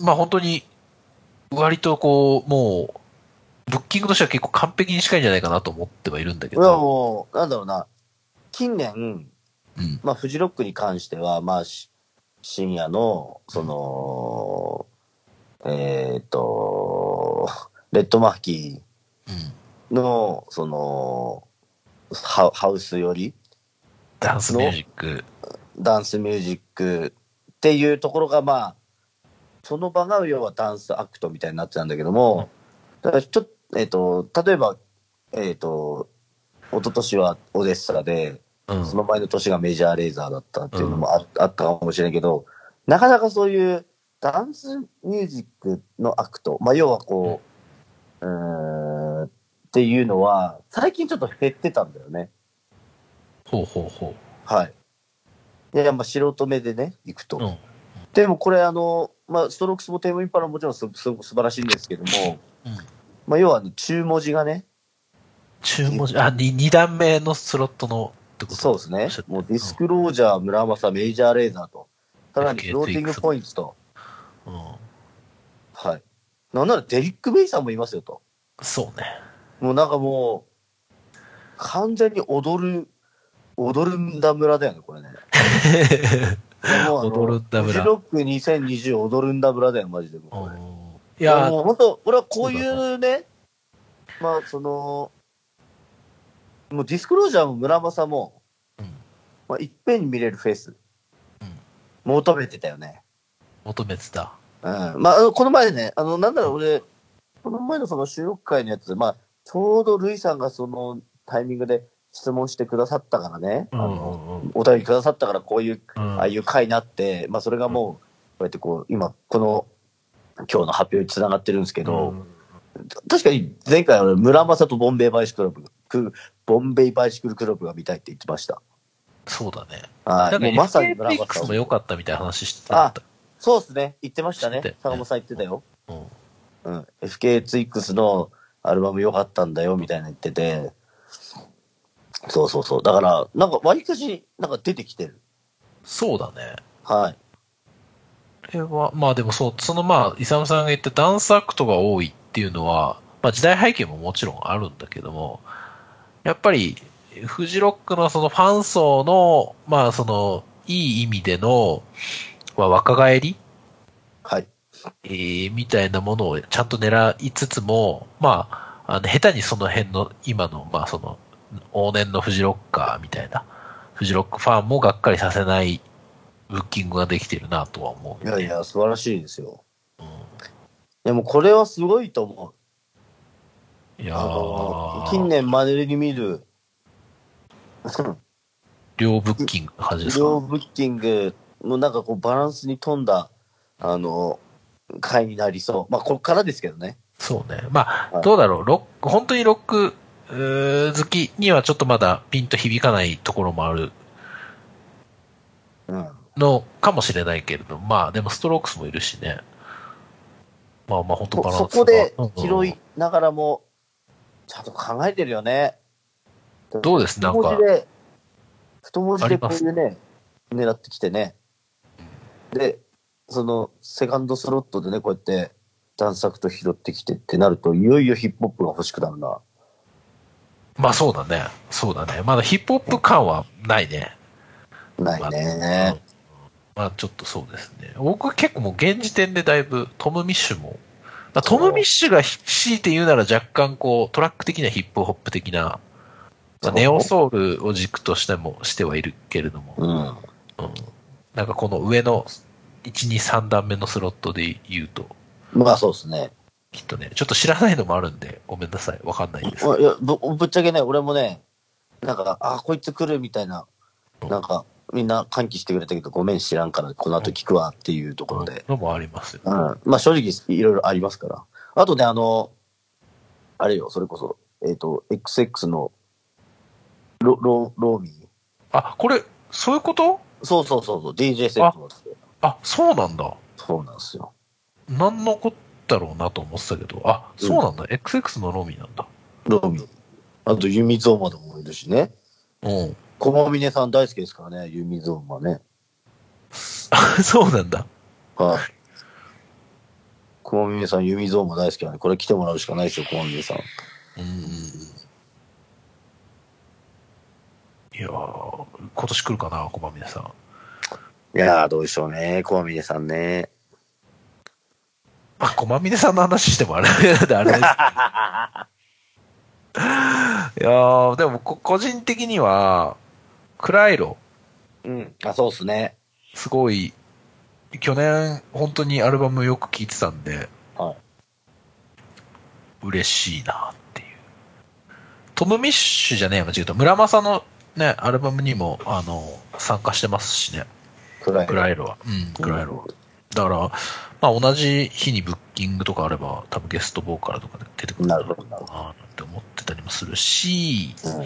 [SPEAKER 2] まあ本当に、割とこう、もう、ブッキングとしては結構完璧に近いんじゃないかなと思ってはいるんだけ
[SPEAKER 3] これは
[SPEAKER 2] ど、
[SPEAKER 3] もう、なんだろうな、近年、
[SPEAKER 2] うん。
[SPEAKER 3] まあ、フジロックに関しては、まあ、し深夜の、その、えーっと、レッドマーキ
[SPEAKER 2] うん。
[SPEAKER 3] ーの、その、ハハウスより、
[SPEAKER 2] ダンスミュージック。
[SPEAKER 3] ダンスミュージックっていうところがまあその場が要はダンスアクトみたいになってたんだけどもだからちょっと,、えー、と例えばえっ、と一昨年はオデッサで
[SPEAKER 2] うん。
[SPEAKER 3] その前の年がメジャーレーザーだったっていうのもあ,、あったかもしれないけどなかなかそういうダンスミュージックのアクトまあ要はこう、うーんっていうのは最近ちょっと減ってたんだよね
[SPEAKER 2] ほうほうほ
[SPEAKER 3] はいでまあ素人目でね行くと、
[SPEAKER 2] う。うん。
[SPEAKER 3] でもこれあの、まあ、ストロークスもテームインパラももちろんすす素晴らしいんですけども、
[SPEAKER 2] うん
[SPEAKER 3] まあ、要はあの中文字がね、
[SPEAKER 2] 注文し、あ、に二段目のスロットのってこと
[SPEAKER 3] そうです
[SPEAKER 2] お
[SPEAKER 3] ね
[SPEAKER 2] っしゃっ、て
[SPEAKER 3] もうディスクロージャー、村正、メジャーレーザーと、さらにフローティングポイントと、
[SPEAKER 2] うん。うん
[SPEAKER 3] はい、なんならデリック・ベイさんもいますよと、
[SPEAKER 2] そうね。
[SPEAKER 3] もうなんかもう、完全に踊る、踊るんだ村だよね、これね。
[SPEAKER 2] (laughs)
[SPEAKER 3] もうあの
[SPEAKER 2] 踊るんだ村
[SPEAKER 3] フジロック2020踊るんだ村だよ、マジでもうこれ。
[SPEAKER 2] うんい
[SPEAKER 3] いや、
[SPEAKER 2] や、
[SPEAKER 3] もう本当、俺はこういうね、まあ、その、もうディスクロージャーも村正も、
[SPEAKER 2] うん
[SPEAKER 3] まあ、いっぺんに見れるフェス、求めてたよね。
[SPEAKER 2] 求めてた。
[SPEAKER 3] うん。まああの、この前ね、あの、なんだろう、俺、この前のその収録会のやつで、まあ、ちょうどルイさんがそのタイミングで質問してくださったからね、あの
[SPEAKER 2] うんうん
[SPEAKER 3] お便りくださったから、こういう、
[SPEAKER 2] うん
[SPEAKER 3] ああいう会になって、まあ、それがもう、こうやってこう、今、この、今日の発表につながってるんですけど、
[SPEAKER 2] うん
[SPEAKER 3] 確かに前回は村正とボンベイバイシクルククボンベイバイシクルクラブが見たいって言ってました。
[SPEAKER 2] そうだね。
[SPEAKER 3] は。
[SPEAKER 2] ないん
[SPEAKER 3] も
[SPEAKER 2] か
[SPEAKER 3] うまさに
[SPEAKER 2] FX
[SPEAKER 3] 村正
[SPEAKER 2] も
[SPEAKER 3] を。
[SPEAKER 2] 良かったみたいな話してなかった。
[SPEAKER 3] そうですね。言ってましたね
[SPEAKER 2] 知って。
[SPEAKER 3] 坂本さん言ってたよ。
[SPEAKER 2] うん
[SPEAKER 3] うん。FKTX のアルバム良かったんだよみたいな言ってて。そうそうそう。だから、なんか割りかし、なんか出てきてる。
[SPEAKER 2] そうだね。
[SPEAKER 3] はい。
[SPEAKER 2] これは、まあでもそう、そのまあ、イサムさんが言ったダンスアクトが多いっていうのは、まあ時代背景ももちろんあるんだけども、やっぱり、フジロックのそのファン層の、まあその、いい意味での、まあ、若返り、
[SPEAKER 3] はい。
[SPEAKER 2] えーみたいなものをちゃんと狙いつつも、まあ、あの下手にその辺の今の、まあ、その往年のフジロッカーみたいな、フジロックファンもがっかりさせないブッキングができてるなとは思う
[SPEAKER 3] い
[SPEAKER 2] よ
[SPEAKER 3] や
[SPEAKER 2] ね、
[SPEAKER 3] いや、素晴らしいですよ。
[SPEAKER 2] う
[SPEAKER 3] でもこれはすごいと思う。
[SPEAKER 2] んいや
[SPEAKER 3] あの
[SPEAKER 2] ー
[SPEAKER 3] 近年まれに見る、
[SPEAKER 2] 両ブッキングの感じです
[SPEAKER 3] 両
[SPEAKER 2] か
[SPEAKER 3] ブッキングのなんかこうバランスに富んだ、あの、回になりそう。まあ、こっからですけどね。
[SPEAKER 2] そうね。ま
[SPEAKER 3] は
[SPEAKER 2] あ、
[SPEAKER 3] い
[SPEAKER 2] どうだろう。ロック、本当にロックうー好きにはちょっとまだピンと響かないところもある
[SPEAKER 3] うん。
[SPEAKER 2] のかもしれないけれど、まあ、でもストロークスもいるしね。まあまあ、本当バ
[SPEAKER 3] そ
[SPEAKER 2] ランス
[SPEAKER 3] そこ
[SPEAKER 2] が
[SPEAKER 3] で
[SPEAKER 2] うん
[SPEAKER 3] 拾いながらも、ちゃんと考えてるよね。
[SPEAKER 2] どうですな
[SPEAKER 3] 太
[SPEAKER 2] ん
[SPEAKER 3] 文
[SPEAKER 2] か
[SPEAKER 3] 字、で、太文字
[SPEAKER 2] あ
[SPEAKER 3] で
[SPEAKER 2] り
[SPEAKER 3] こ
[SPEAKER 2] ま
[SPEAKER 3] う
[SPEAKER 2] す
[SPEAKER 3] いうね、狙ってきてね。で、その、セカンドスロットでね、こうやって、探索と拾ってきてってなると、いよいよヒップホップが欲しくなるな。
[SPEAKER 2] まあそうだね。そうだね。まだヒップホップ感はないね。
[SPEAKER 3] ない
[SPEAKER 2] まあう
[SPEAKER 3] ね
[SPEAKER 2] ん。まあちょっとそうですね。僕は結構もう現時点でだいぶトム・ミッシュも、まあ、トム・ミッシュがひ強いて言うなら若干こうトラック的なヒップホップ的な、まあ、ネオソウルを軸としてもしてはいるけれども、
[SPEAKER 3] うん。
[SPEAKER 2] うんなんかこの上の1、2、3段目のスロットで言うと、
[SPEAKER 3] まあそうですね。
[SPEAKER 2] きっとね、ちょっと知らないのもあるんで、ごめんなさい。わかんないです。
[SPEAKER 3] いやぶぶっちゃけね、俺もね、なんか、あ、こいつ来るみたいな、なんか、みんな歓喜してくれたけど、ごめん知らんから、この後聞くわっていうところで。
[SPEAKER 2] のもありますよ。
[SPEAKER 3] うん。まあ正直、いろいろありますから。あとね、あの、あれよ、それこそ、えっ、と、XX の、ロ、ロ、ローミー。
[SPEAKER 2] あ、これ、そういうこと
[SPEAKER 3] そうそうそうそう、DJ セットって。
[SPEAKER 2] あ、そうなんだ。
[SPEAKER 3] そうなんですよ。
[SPEAKER 2] なんのこったろうなと思ってたけど、あ、そうなんだ。XX のロミーなんだ。
[SPEAKER 3] ローミー。あと、ユミゾーマとかもいるしね。
[SPEAKER 2] うん。
[SPEAKER 3] 駒峰さん大好きですからね、ユミゾーマね。
[SPEAKER 2] あ (laughs) そうなんだ。
[SPEAKER 3] はい。小峰さん、弓ゾーンも大好きなんで、これ来てもらうしかないですよ、小峰さん。
[SPEAKER 2] うんうんうん。いやー、今年来るかな、小間皆さん。
[SPEAKER 3] いやー、どうでしょうね、小峰さんね。
[SPEAKER 2] まあ、駒峰さんの話してもあれ (laughs) なんであれですけどいやー、でもこ個人的には、クライロ、
[SPEAKER 3] うん、あ、そうっすね。
[SPEAKER 2] すごい、去年、本当にアルバムよく聴いてたんで、
[SPEAKER 3] は
[SPEAKER 2] 嬉しいなっていう。トム・ミッシュじゃねえよ、間違えた。村正のね、アルバムにも、あの、参加してますしね、
[SPEAKER 3] 暗い。
[SPEAKER 2] クライロは。うん、クライロは。だから、まあ同じ日にブッキングとかあれば、多分ゲストボーカルとかで出てくるんだろうな、なんて思ってたりもするし、
[SPEAKER 3] うん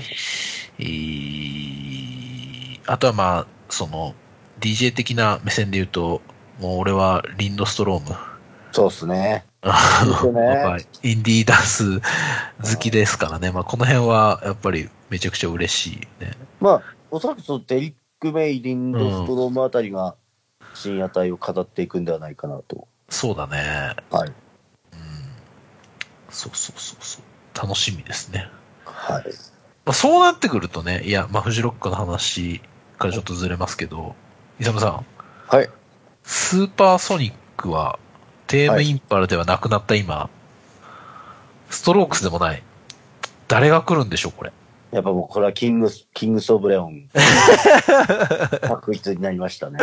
[SPEAKER 2] えーあとはまあ、その、DJ 的な目線で言うと、もう俺はリンドストローム。
[SPEAKER 3] そうっすね。
[SPEAKER 2] あの
[SPEAKER 3] そうね
[SPEAKER 2] (laughs) やっぱインディーダンス好きですからね。まあ、この辺はやっぱりめちゃくちゃ嬉しいね。
[SPEAKER 3] まあ、おそらくそのデリック・メイ・リンドストロームあたりが、深夜帯を語っていくんではないかなと。
[SPEAKER 2] そうだね。
[SPEAKER 3] はい。
[SPEAKER 2] うん。そうそうそうそう。楽しみですね。
[SPEAKER 3] はい。
[SPEAKER 2] まあ、そうなってくるとね、いや、まあ、フジロックの話からちょっとずれますけど、イサムさん、
[SPEAKER 3] はい。
[SPEAKER 2] スーパーソニックはテー
[SPEAKER 3] は
[SPEAKER 2] ム
[SPEAKER 3] い
[SPEAKER 2] インパルではなくなった今、ストロークスでもない。誰が来るんでしょう、これ。
[SPEAKER 3] やっぱもう、これはキングス、キングス・オブ・レオ (laughs) ン。確実になりましたね。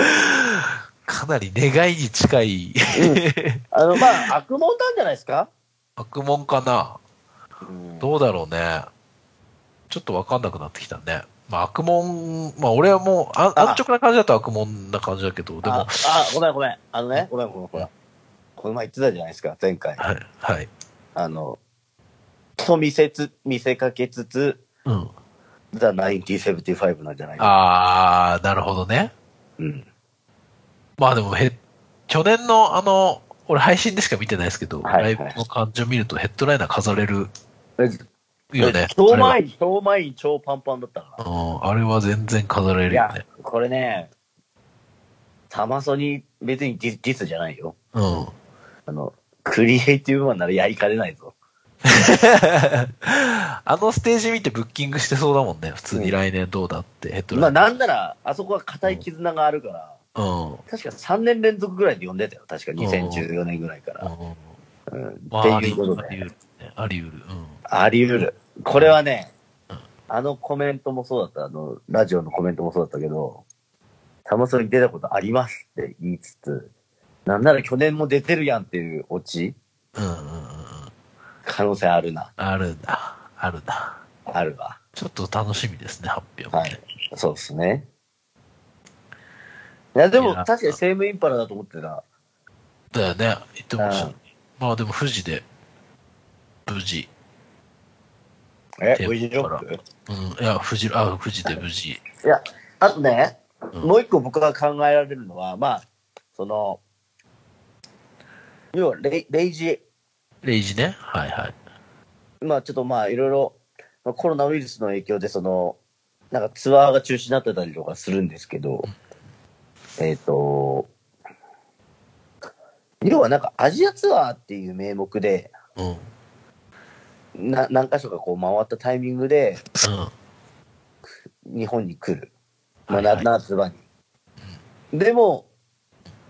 [SPEAKER 2] かなり願いに近い (laughs)
[SPEAKER 3] あの、まあ、悪者なんじゃないですか
[SPEAKER 2] 悪問かな。
[SPEAKER 3] うん
[SPEAKER 2] どうだろうね。ちょっとわかんなくなってきたね。まあ、悪問、まあ、俺はもう、あ
[SPEAKER 3] あ
[SPEAKER 2] 安直な感じだと悪問な感じだけど、でも
[SPEAKER 3] あ、、あ、ごめんごめん。あのね、ごめんごめんごめん。この前言ってたじゃないですか、前回。
[SPEAKER 2] はい、はい。
[SPEAKER 3] あの、と見せつ、見せかけつつ、
[SPEAKER 2] うん。
[SPEAKER 3] ザ・1975なんじゃないか。
[SPEAKER 2] あー、なるほどね。
[SPEAKER 3] うん。
[SPEAKER 2] まあでもへ、去年のあの、俺配信でしか見てないですけど、
[SPEAKER 3] はいはい
[SPEAKER 2] ライブの感じを見るとヘッドライナー飾れる
[SPEAKER 3] え
[SPEAKER 2] よね。
[SPEAKER 3] 超
[SPEAKER 2] あれ
[SPEAKER 3] 前に、超前に超パンパンだったか
[SPEAKER 2] はうん、あれは全然飾れ
[SPEAKER 3] ら。い
[SPEAKER 2] るよね
[SPEAKER 3] や。、これね、サマソニ、別にディスディスじゃないよ。 (laughs)
[SPEAKER 2] うん。
[SPEAKER 3] あの、クリエイティブマンならやりかねないぞ。
[SPEAKER 2] あのステージ見てブッキングしてそうだもんね。普通に来年どうだってヘッド
[SPEAKER 3] ま
[SPEAKER 2] ラ
[SPEAKER 3] あ、
[SPEAKER 2] イナー。
[SPEAKER 3] なんなら、あそこは固い絆があるから、
[SPEAKER 2] うん。
[SPEAKER 3] 確か3年連続ぐらいで呼んでたよ。確か2014年ぐらいから。うん
[SPEAKER 2] まあ、
[SPEAKER 3] っ
[SPEAKER 2] あ
[SPEAKER 3] てい
[SPEAKER 2] り
[SPEAKER 3] うこ
[SPEAKER 2] 得
[SPEAKER 3] と
[SPEAKER 2] る、あり
[SPEAKER 3] で。
[SPEAKER 2] 得るね。あり得る。うん。
[SPEAKER 3] あり得る。これはね
[SPEAKER 2] うん、
[SPEAKER 3] あのコメントもそうだった、あの、ラジオのコメントもそうだったけど、サマソニに出たことありますって言いつつ、なんなら去年も出てるやんっていうオチ、
[SPEAKER 2] うんうんうんうん。
[SPEAKER 3] 可能性あるな。
[SPEAKER 2] あるんだ。あるんだ。
[SPEAKER 3] あるわ。
[SPEAKER 2] ちょっと楽しみですね、発表も
[SPEAKER 3] は
[SPEAKER 2] ね
[SPEAKER 3] い。そうですね。いや、で
[SPEAKER 2] い
[SPEAKER 3] も
[SPEAKER 2] や
[SPEAKER 3] 確かにセームインパラだと思ってた。
[SPEAKER 2] だよね。言ってました
[SPEAKER 3] うん
[SPEAKER 2] ね。まあでも富士で、無事、
[SPEAKER 3] え、
[SPEAKER 2] テープ
[SPEAKER 3] V ロック
[SPEAKER 2] うん、いや、富士、あ、富士で無事。
[SPEAKER 3] いや、あとね、
[SPEAKER 2] うん
[SPEAKER 3] もう一個僕が考えられるのは、まあ、その、要はレイ、レイジ、
[SPEAKER 2] レイジね。はいはい。
[SPEAKER 3] まあちょっとまあいろいろ、まあコロナウイルスの影響で、その、なんかツアーが中止になってたりとかするんですけど、えっ、と、要はなんかアジアツアーっていう名目で、
[SPEAKER 2] うん。うん。
[SPEAKER 3] な何箇所かこう回ったタイミングで、日本に来る。まあ、
[SPEAKER 2] はいはい
[SPEAKER 3] な夏場に。でも、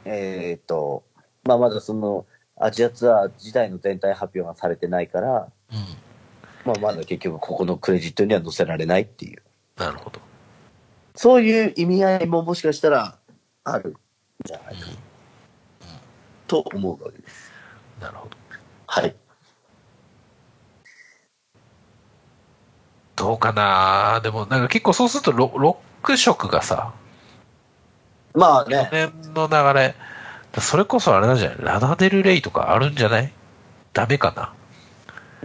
[SPEAKER 3] えっ、と、まあ、まだその、アジアツアー自体の全体発表がされてないから、
[SPEAKER 2] うん。
[SPEAKER 3] まあ、まだ結局ここのクレジットには載せられないっていう。
[SPEAKER 2] なるほど。
[SPEAKER 3] そういう意味合いももしかしたらあるんじゃないかと思うわけです。
[SPEAKER 2] なるほど。
[SPEAKER 3] はい。
[SPEAKER 2] どうかなでもなんか結構そうするとロロック色がさ、
[SPEAKER 3] まあ
[SPEAKER 2] 去
[SPEAKER 3] ね、
[SPEAKER 2] 年の流れ、それこそあれなんじゃないラナデルレイとかあるんじゃないダメかな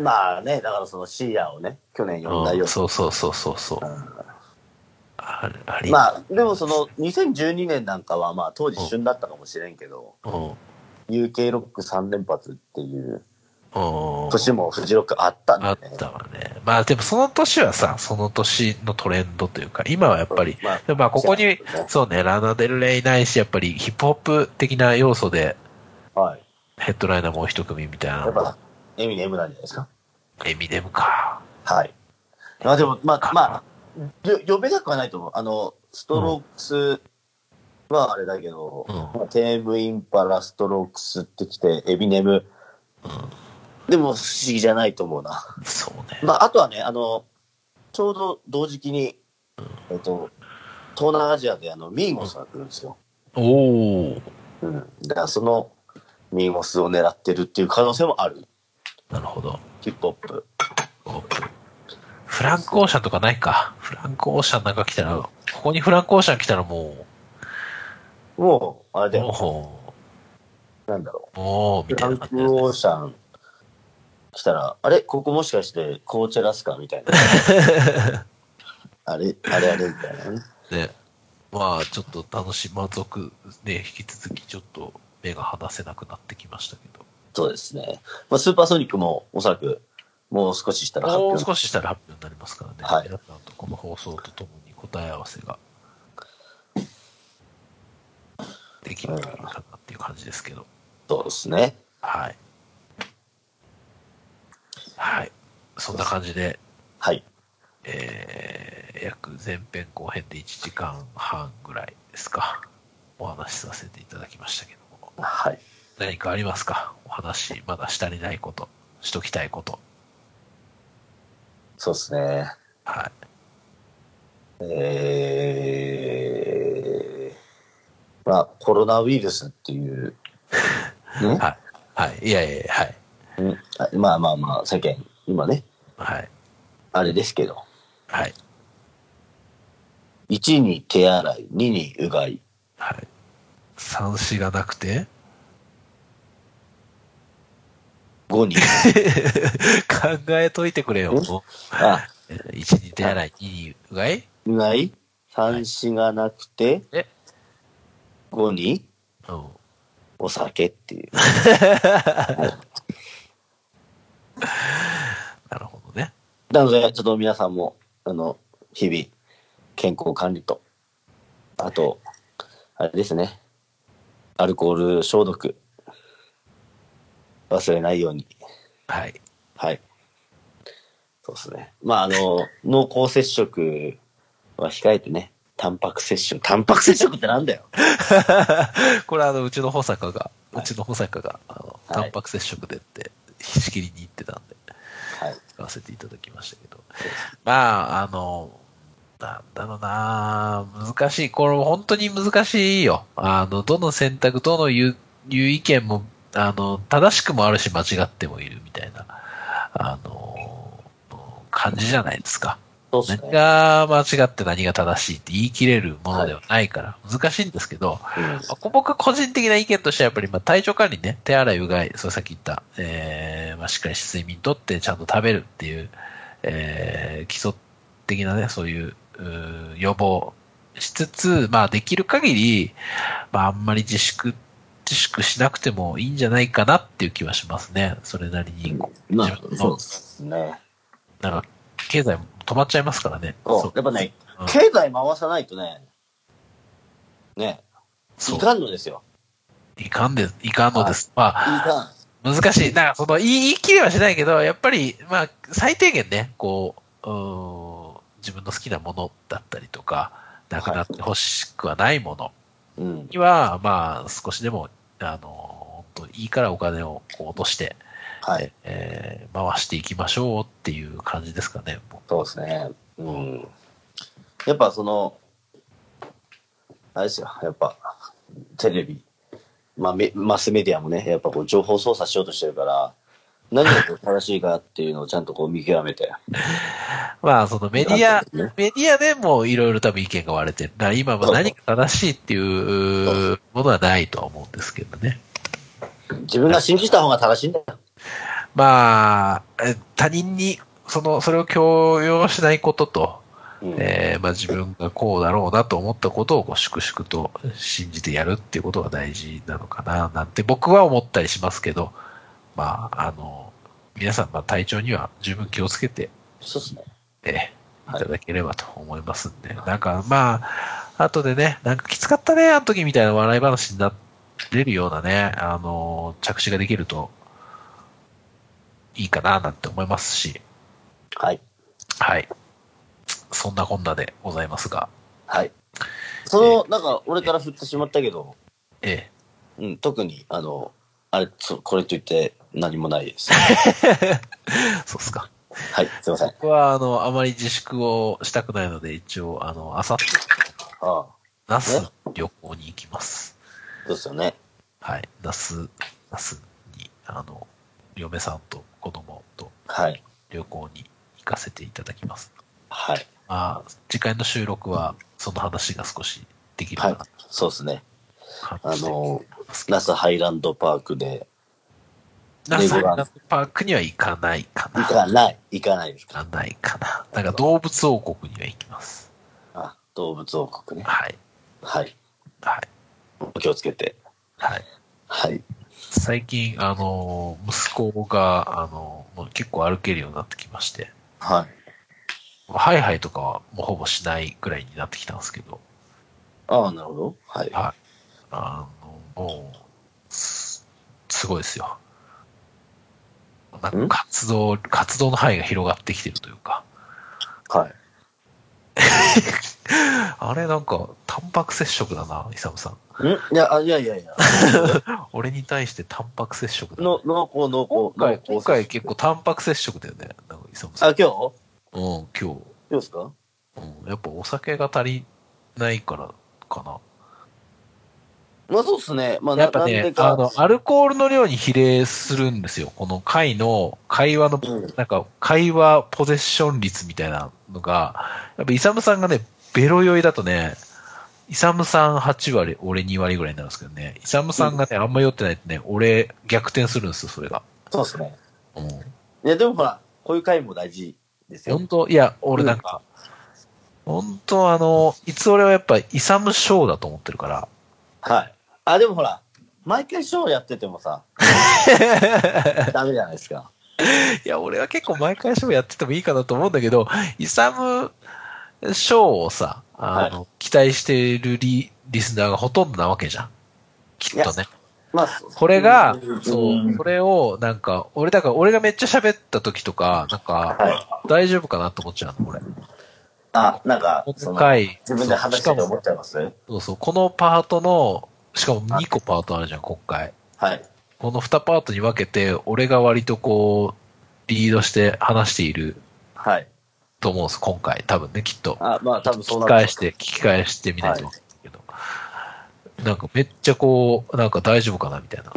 [SPEAKER 3] まあね、だからそのシーヤをね、去年呼んだ
[SPEAKER 2] う
[SPEAKER 3] よ
[SPEAKER 2] ん、そうそうそうそうそうう。
[SPEAKER 3] な
[SPEAKER 2] あるあり。
[SPEAKER 3] まあ、でもその、2012年なんかは、まあ、当時旬だったかもしれんけど、
[SPEAKER 2] うん。うん。
[SPEAKER 3] UK ロック3連発っていう
[SPEAKER 2] 年
[SPEAKER 3] 年もフジロックあったんだ
[SPEAKER 2] あっ
[SPEAKER 3] ね。
[SPEAKER 2] たわね。まあでもその年はさ、その年のトレンドというか、今はやっぱり、
[SPEAKER 3] まあ、
[SPEAKER 2] でもまあここ
[SPEAKER 3] そう
[SPEAKER 2] に
[SPEAKER 3] ですね、
[SPEAKER 2] そうね、ラナデルレイないし、やっぱりヒップホップ的な要素で
[SPEAKER 3] はい。
[SPEAKER 2] ヘッドライナーもう一組みたいな
[SPEAKER 3] や
[SPEAKER 2] の
[SPEAKER 3] っぱ、エミネムなんじゃないですか。
[SPEAKER 2] エミネムか。
[SPEAKER 3] はい。まあでも、まあ、まあ、よ呼べなくはないと思う。あの、ストロークスはあれだけど、
[SPEAKER 2] うん
[SPEAKER 3] まあ、テームインパラ、ストロークスってきて、エミネム。
[SPEAKER 2] う
[SPEAKER 3] でも、不思議じゃないと思うな。
[SPEAKER 2] ん。そうね。
[SPEAKER 3] まあ、あとはね、あの、ちょうど同時期に、えっと、東南アジアであの、ミーゴスが来るんですよ。
[SPEAKER 2] おお。
[SPEAKER 3] うん、だからそのミーゴスを狙ってるっていう可能性もある、
[SPEAKER 2] なるほど。
[SPEAKER 3] ヒップホップ。
[SPEAKER 2] オープンフランク・オーシャンとかないか。フランク・オーシャンなんか来たら、ここにフランク・オーシャン来たらも
[SPEAKER 3] もう、あれ
[SPEAKER 2] う、
[SPEAKER 3] だよ、
[SPEAKER 2] も
[SPEAKER 3] なんだろ
[SPEAKER 2] う、もう、
[SPEAKER 3] う、
[SPEAKER 2] み
[SPEAKER 3] ラ
[SPEAKER 2] たい
[SPEAKER 3] ン
[SPEAKER 2] な
[SPEAKER 3] ク
[SPEAKER 2] 感じだよね
[SPEAKER 3] オーシャン来たら、あれ、ここもしかしてコーチェラスかみたい
[SPEAKER 2] (laughs)
[SPEAKER 3] な。あれ、あれあれみたいなね。
[SPEAKER 2] ね。まあ、ちょっと楽しい、満足、ね、引き続きちょっと目が離せなくなってきましたけど。
[SPEAKER 3] そうですね。まあ、スーパーソニックもおそらく、もう少ししたら発
[SPEAKER 2] もう
[SPEAKER 3] 表。
[SPEAKER 2] 少ししたら発表になりますからね。
[SPEAKER 3] はい
[SPEAKER 2] 皆さんとこの放送とともに答え合わせができるかなっていう感じですけど。
[SPEAKER 3] そうですね。
[SPEAKER 2] はい。はい。そんな感じで、
[SPEAKER 3] はい。
[SPEAKER 2] えー、約前編後編で1時間半ぐらいですか。お話しさせていただきましたけども。
[SPEAKER 3] はい。
[SPEAKER 2] 何かありますかお話、まだしたりないこと、しときたいこと。
[SPEAKER 3] そうですね。
[SPEAKER 2] はい。
[SPEAKER 3] えー、まあ、コロナウイルスっていう、ね、
[SPEAKER 2] (laughs) はい。はい。いやいやいやはい。
[SPEAKER 3] うんあまあまあまあ、世間、今ね、
[SPEAKER 2] はい。
[SPEAKER 3] あれですけど、
[SPEAKER 2] はい。
[SPEAKER 3] 1に手洗い、2にうがい、
[SPEAKER 2] はい。三子がなくて (laughs)
[SPEAKER 3] 5に、
[SPEAKER 2] 考えといてくれよ。
[SPEAKER 3] あ、
[SPEAKER 2] 一に手洗い、二にうがいう
[SPEAKER 3] がい、三子がなくて
[SPEAKER 2] え、
[SPEAKER 3] 5に
[SPEAKER 2] うん。
[SPEAKER 3] お酒っていう。
[SPEAKER 2] なるほどね。
[SPEAKER 3] なので、ちょっと皆さんも、あの、日々、健康管理と、あと、あれですね、アルコール消毒、忘れないように。
[SPEAKER 2] はい。
[SPEAKER 3] はい。そうですね。まあ、あの、濃厚接触は控えてね、タンパク摂取。タンパク摂取ってなんだよ。
[SPEAKER 2] (laughs) これあの、うちの保坂が、
[SPEAKER 3] はいう
[SPEAKER 2] ちの保坂が、あの、
[SPEAKER 3] はい
[SPEAKER 2] タンパク接触でって、ひしきりに言ってたんで、
[SPEAKER 3] はい。
[SPEAKER 2] 使わせていただきましたけど。まあ、あの、なんだろうな難しい。これ本当に難しいよ。あの、どの選択、どの言う言う意見も、あの、正しくもあるし、間違ってもいるみたいな、あの、感じじゃないですか。
[SPEAKER 3] そうです
[SPEAKER 2] 何
[SPEAKER 3] ね。
[SPEAKER 2] が間違って何が正しいって言い切れるものではないから、難しいんですけど、
[SPEAKER 3] うん
[SPEAKER 2] まあ僕個人的な意見としてはやっぱり、まあ、体調管理ね、手洗い、うがい、そうさっき言った、えー、まあ、しっかり睡眠とってちゃんと食べるっていう、えー、基礎的なね、そういう、うー予防しつつ、まあ、できる限り、まあ、あんまり自粛、自粛しなくてもいいんじゃないかなっていう気はしますね。それなりに、
[SPEAKER 3] まあ、そうですね。
[SPEAKER 2] なんか、経済も止まっちゃいますからね。
[SPEAKER 3] そう。やっぱね、経済回さないとね、ね、
[SPEAKER 2] そう
[SPEAKER 3] いかんのですよ。
[SPEAKER 2] いかんです。いかんのです。まあ
[SPEAKER 3] い、か
[SPEAKER 2] 難しい。なんかその、言い言い切りはしないけど、やっぱり、まあ、最低限ね、こう、うーん自分の好きなものだったりとか、なくなってほしくはないもの
[SPEAKER 3] ん。うん。
[SPEAKER 2] には、まあ、少しでも、あの、本当いいからお金をこう落として、
[SPEAKER 3] はい。
[SPEAKER 2] えー回していきましょうっていう感じですかね。も
[SPEAKER 3] そうですね。うん。やっぱその、あれですよ、やっぱ、テレビ、まあ、メマスメディアもね、やっぱこう情報操作しようとしてるから、何がこう正しいかっていうのをちゃんとこう見極めて。
[SPEAKER 2] うまあ、そのメディア、
[SPEAKER 3] ね
[SPEAKER 2] メディアでもいろいろ多分意見が割れてる。だから今も何が正しいっていうものはないとは思うんですけどね。
[SPEAKER 3] 自分が信じた方が正しいんだよ。
[SPEAKER 2] まあ、え他人に、その、それを強要しないことと、
[SPEAKER 3] うん
[SPEAKER 2] えーまあ自分がこうだろうなと思ったことをこう粛々と信じてやるっていうことが大事なのかな、なんて僕は思ったりしますけど、まあ、あの、皆さん、まあ体調には十分気をつけて、
[SPEAKER 3] そうですね。
[SPEAKER 2] えー
[SPEAKER 3] はい
[SPEAKER 2] いただければと思いますんで、なんかまあ、後でね、なんかきつかったね、あの時みたいな笑い話になれるようなね、あのー、着手ができるといいかななんて思いますし、
[SPEAKER 3] はい。
[SPEAKER 2] はい。そんなこんなでございますが、
[SPEAKER 3] はい。その、なんか、俺から振ってしまったけど、
[SPEAKER 2] え
[SPEAKER 3] うん、特に、あの、あれ、そうこれといって何もない
[SPEAKER 2] (laughs)
[SPEAKER 3] です。
[SPEAKER 2] え、そうっすか。
[SPEAKER 3] はい、すいません。あ
[SPEAKER 2] 僕は、あの、あまり自粛をしたくないので、一応、あの、あさって、
[SPEAKER 3] あ、
[SPEAKER 2] 那須旅行に行きます。
[SPEAKER 3] そうですよね。
[SPEAKER 2] はい。那須、那須に、あの、嫁さんと子供と
[SPEAKER 3] はい。
[SPEAKER 2] 旅行に行かせていただきます。
[SPEAKER 3] はい。
[SPEAKER 2] まあ、次回の収録は、その話が少しできるか
[SPEAKER 3] はい
[SPEAKER 2] なと。
[SPEAKER 3] そうですね。
[SPEAKER 2] 感
[SPEAKER 3] あ
[SPEAKER 2] じて
[SPEAKER 3] の、
[SPEAKER 2] ますけど
[SPEAKER 3] 那須ハイランドパークで、
[SPEAKER 2] 那須
[SPEAKER 3] レゴラン
[SPEAKER 2] 那須パークには行かないかな。
[SPEAKER 3] 行かない、行かないです
[SPEAKER 2] 行
[SPEAKER 3] か。
[SPEAKER 2] かないかな。なんか動物王国には行きます。
[SPEAKER 3] あ、動物王国ね。
[SPEAKER 2] はい。
[SPEAKER 3] はい。
[SPEAKER 2] はい。
[SPEAKER 3] お気をつけて。
[SPEAKER 2] はい。
[SPEAKER 3] はい。
[SPEAKER 2] 最近、あの、息子が、あの、もう結構歩けるようになってきまして、
[SPEAKER 3] はい。
[SPEAKER 2] ハイハイとかはもうほぼしないくらいになってきたんですけど、
[SPEAKER 3] ああ、なるほど。はい。
[SPEAKER 2] はい。あの、もう、すすごいですよ。なん
[SPEAKER 3] ん
[SPEAKER 2] か活動、活動の範囲が広がってきてるというか、
[SPEAKER 3] はい。
[SPEAKER 2] あれなんか、タンパク接触だな、イサムさん。
[SPEAKER 3] んいや、あいやいやいや。
[SPEAKER 2] 俺に対してタンパク接触だ、
[SPEAKER 3] の
[SPEAKER 2] ね。
[SPEAKER 3] 濃厚、濃
[SPEAKER 2] 今
[SPEAKER 3] 厚。
[SPEAKER 2] 回、
[SPEAKER 3] 濃厚
[SPEAKER 2] 今回結構タンパク接触だよね、なんかイサムさん。
[SPEAKER 3] あ、今日
[SPEAKER 2] うん、今日。
[SPEAKER 3] 今日ですか
[SPEAKER 2] うん、やっぱお酒が足りないからかな。
[SPEAKER 3] まあそうですね。まあ、な
[SPEAKER 2] やっぱ
[SPEAKER 3] なん
[SPEAKER 2] ね
[SPEAKER 3] で、か
[SPEAKER 2] あの、アルコールの量に比例するんですよ。この会の、会話の、
[SPEAKER 3] うん
[SPEAKER 2] なんか、会話ポゼッション率みたいなのが、やっぱイサムさんがね、ベロ酔いだとね、イサムさん8割、俺2割ぐらいになるんですけどね、イサムさんがね、あんま酔ってないとね、俺逆転するんですよ、それが。
[SPEAKER 3] そうですね。
[SPEAKER 2] うん。
[SPEAKER 3] いや、でもほら、こういう回も大事ですよ
[SPEAKER 2] 本。当いや、俺なんか、本当あの、いつ俺はやっぱイサムショーだと思ってるから、
[SPEAKER 3] はい。あ、でもほら、毎回ショーやってても
[SPEAKER 2] (laughs)
[SPEAKER 3] さ、ダメじゃないですか。
[SPEAKER 2] いや、俺は結構毎回ショーやっててもいいかなと思うんだけど、イサムショーをさ、あの、期待しているリリスナーがほとんどなわけじゃん。きっとね。
[SPEAKER 3] まあ、そ
[SPEAKER 2] これが
[SPEAKER 3] うん、
[SPEAKER 2] そう、これを、なんか、俺、だから俺がめっちゃ喋った時とか、なんか、
[SPEAKER 3] は
[SPEAKER 2] 大丈夫かなと思っちゃうの、俺。
[SPEAKER 3] あ、なんか、そ
[SPEAKER 2] 今
[SPEAKER 3] の、
[SPEAKER 2] 回、
[SPEAKER 3] 自分で話してて思っちゃいますは
[SPEAKER 2] そうそう、このパートの、しかも2個パートあるじゃん、今回。
[SPEAKER 3] い。
[SPEAKER 2] この2パートに分けて、俺が割とこう、リードして話している
[SPEAKER 3] はい。
[SPEAKER 2] と思うんです、今回。多分ね、きっと。
[SPEAKER 3] あ、まあ多分そうな
[SPEAKER 2] 聞き
[SPEAKER 3] る
[SPEAKER 2] 返して、聞き返してみないと分かんないけど。なんかめっちゃこう、なんか大丈夫かなみたいな。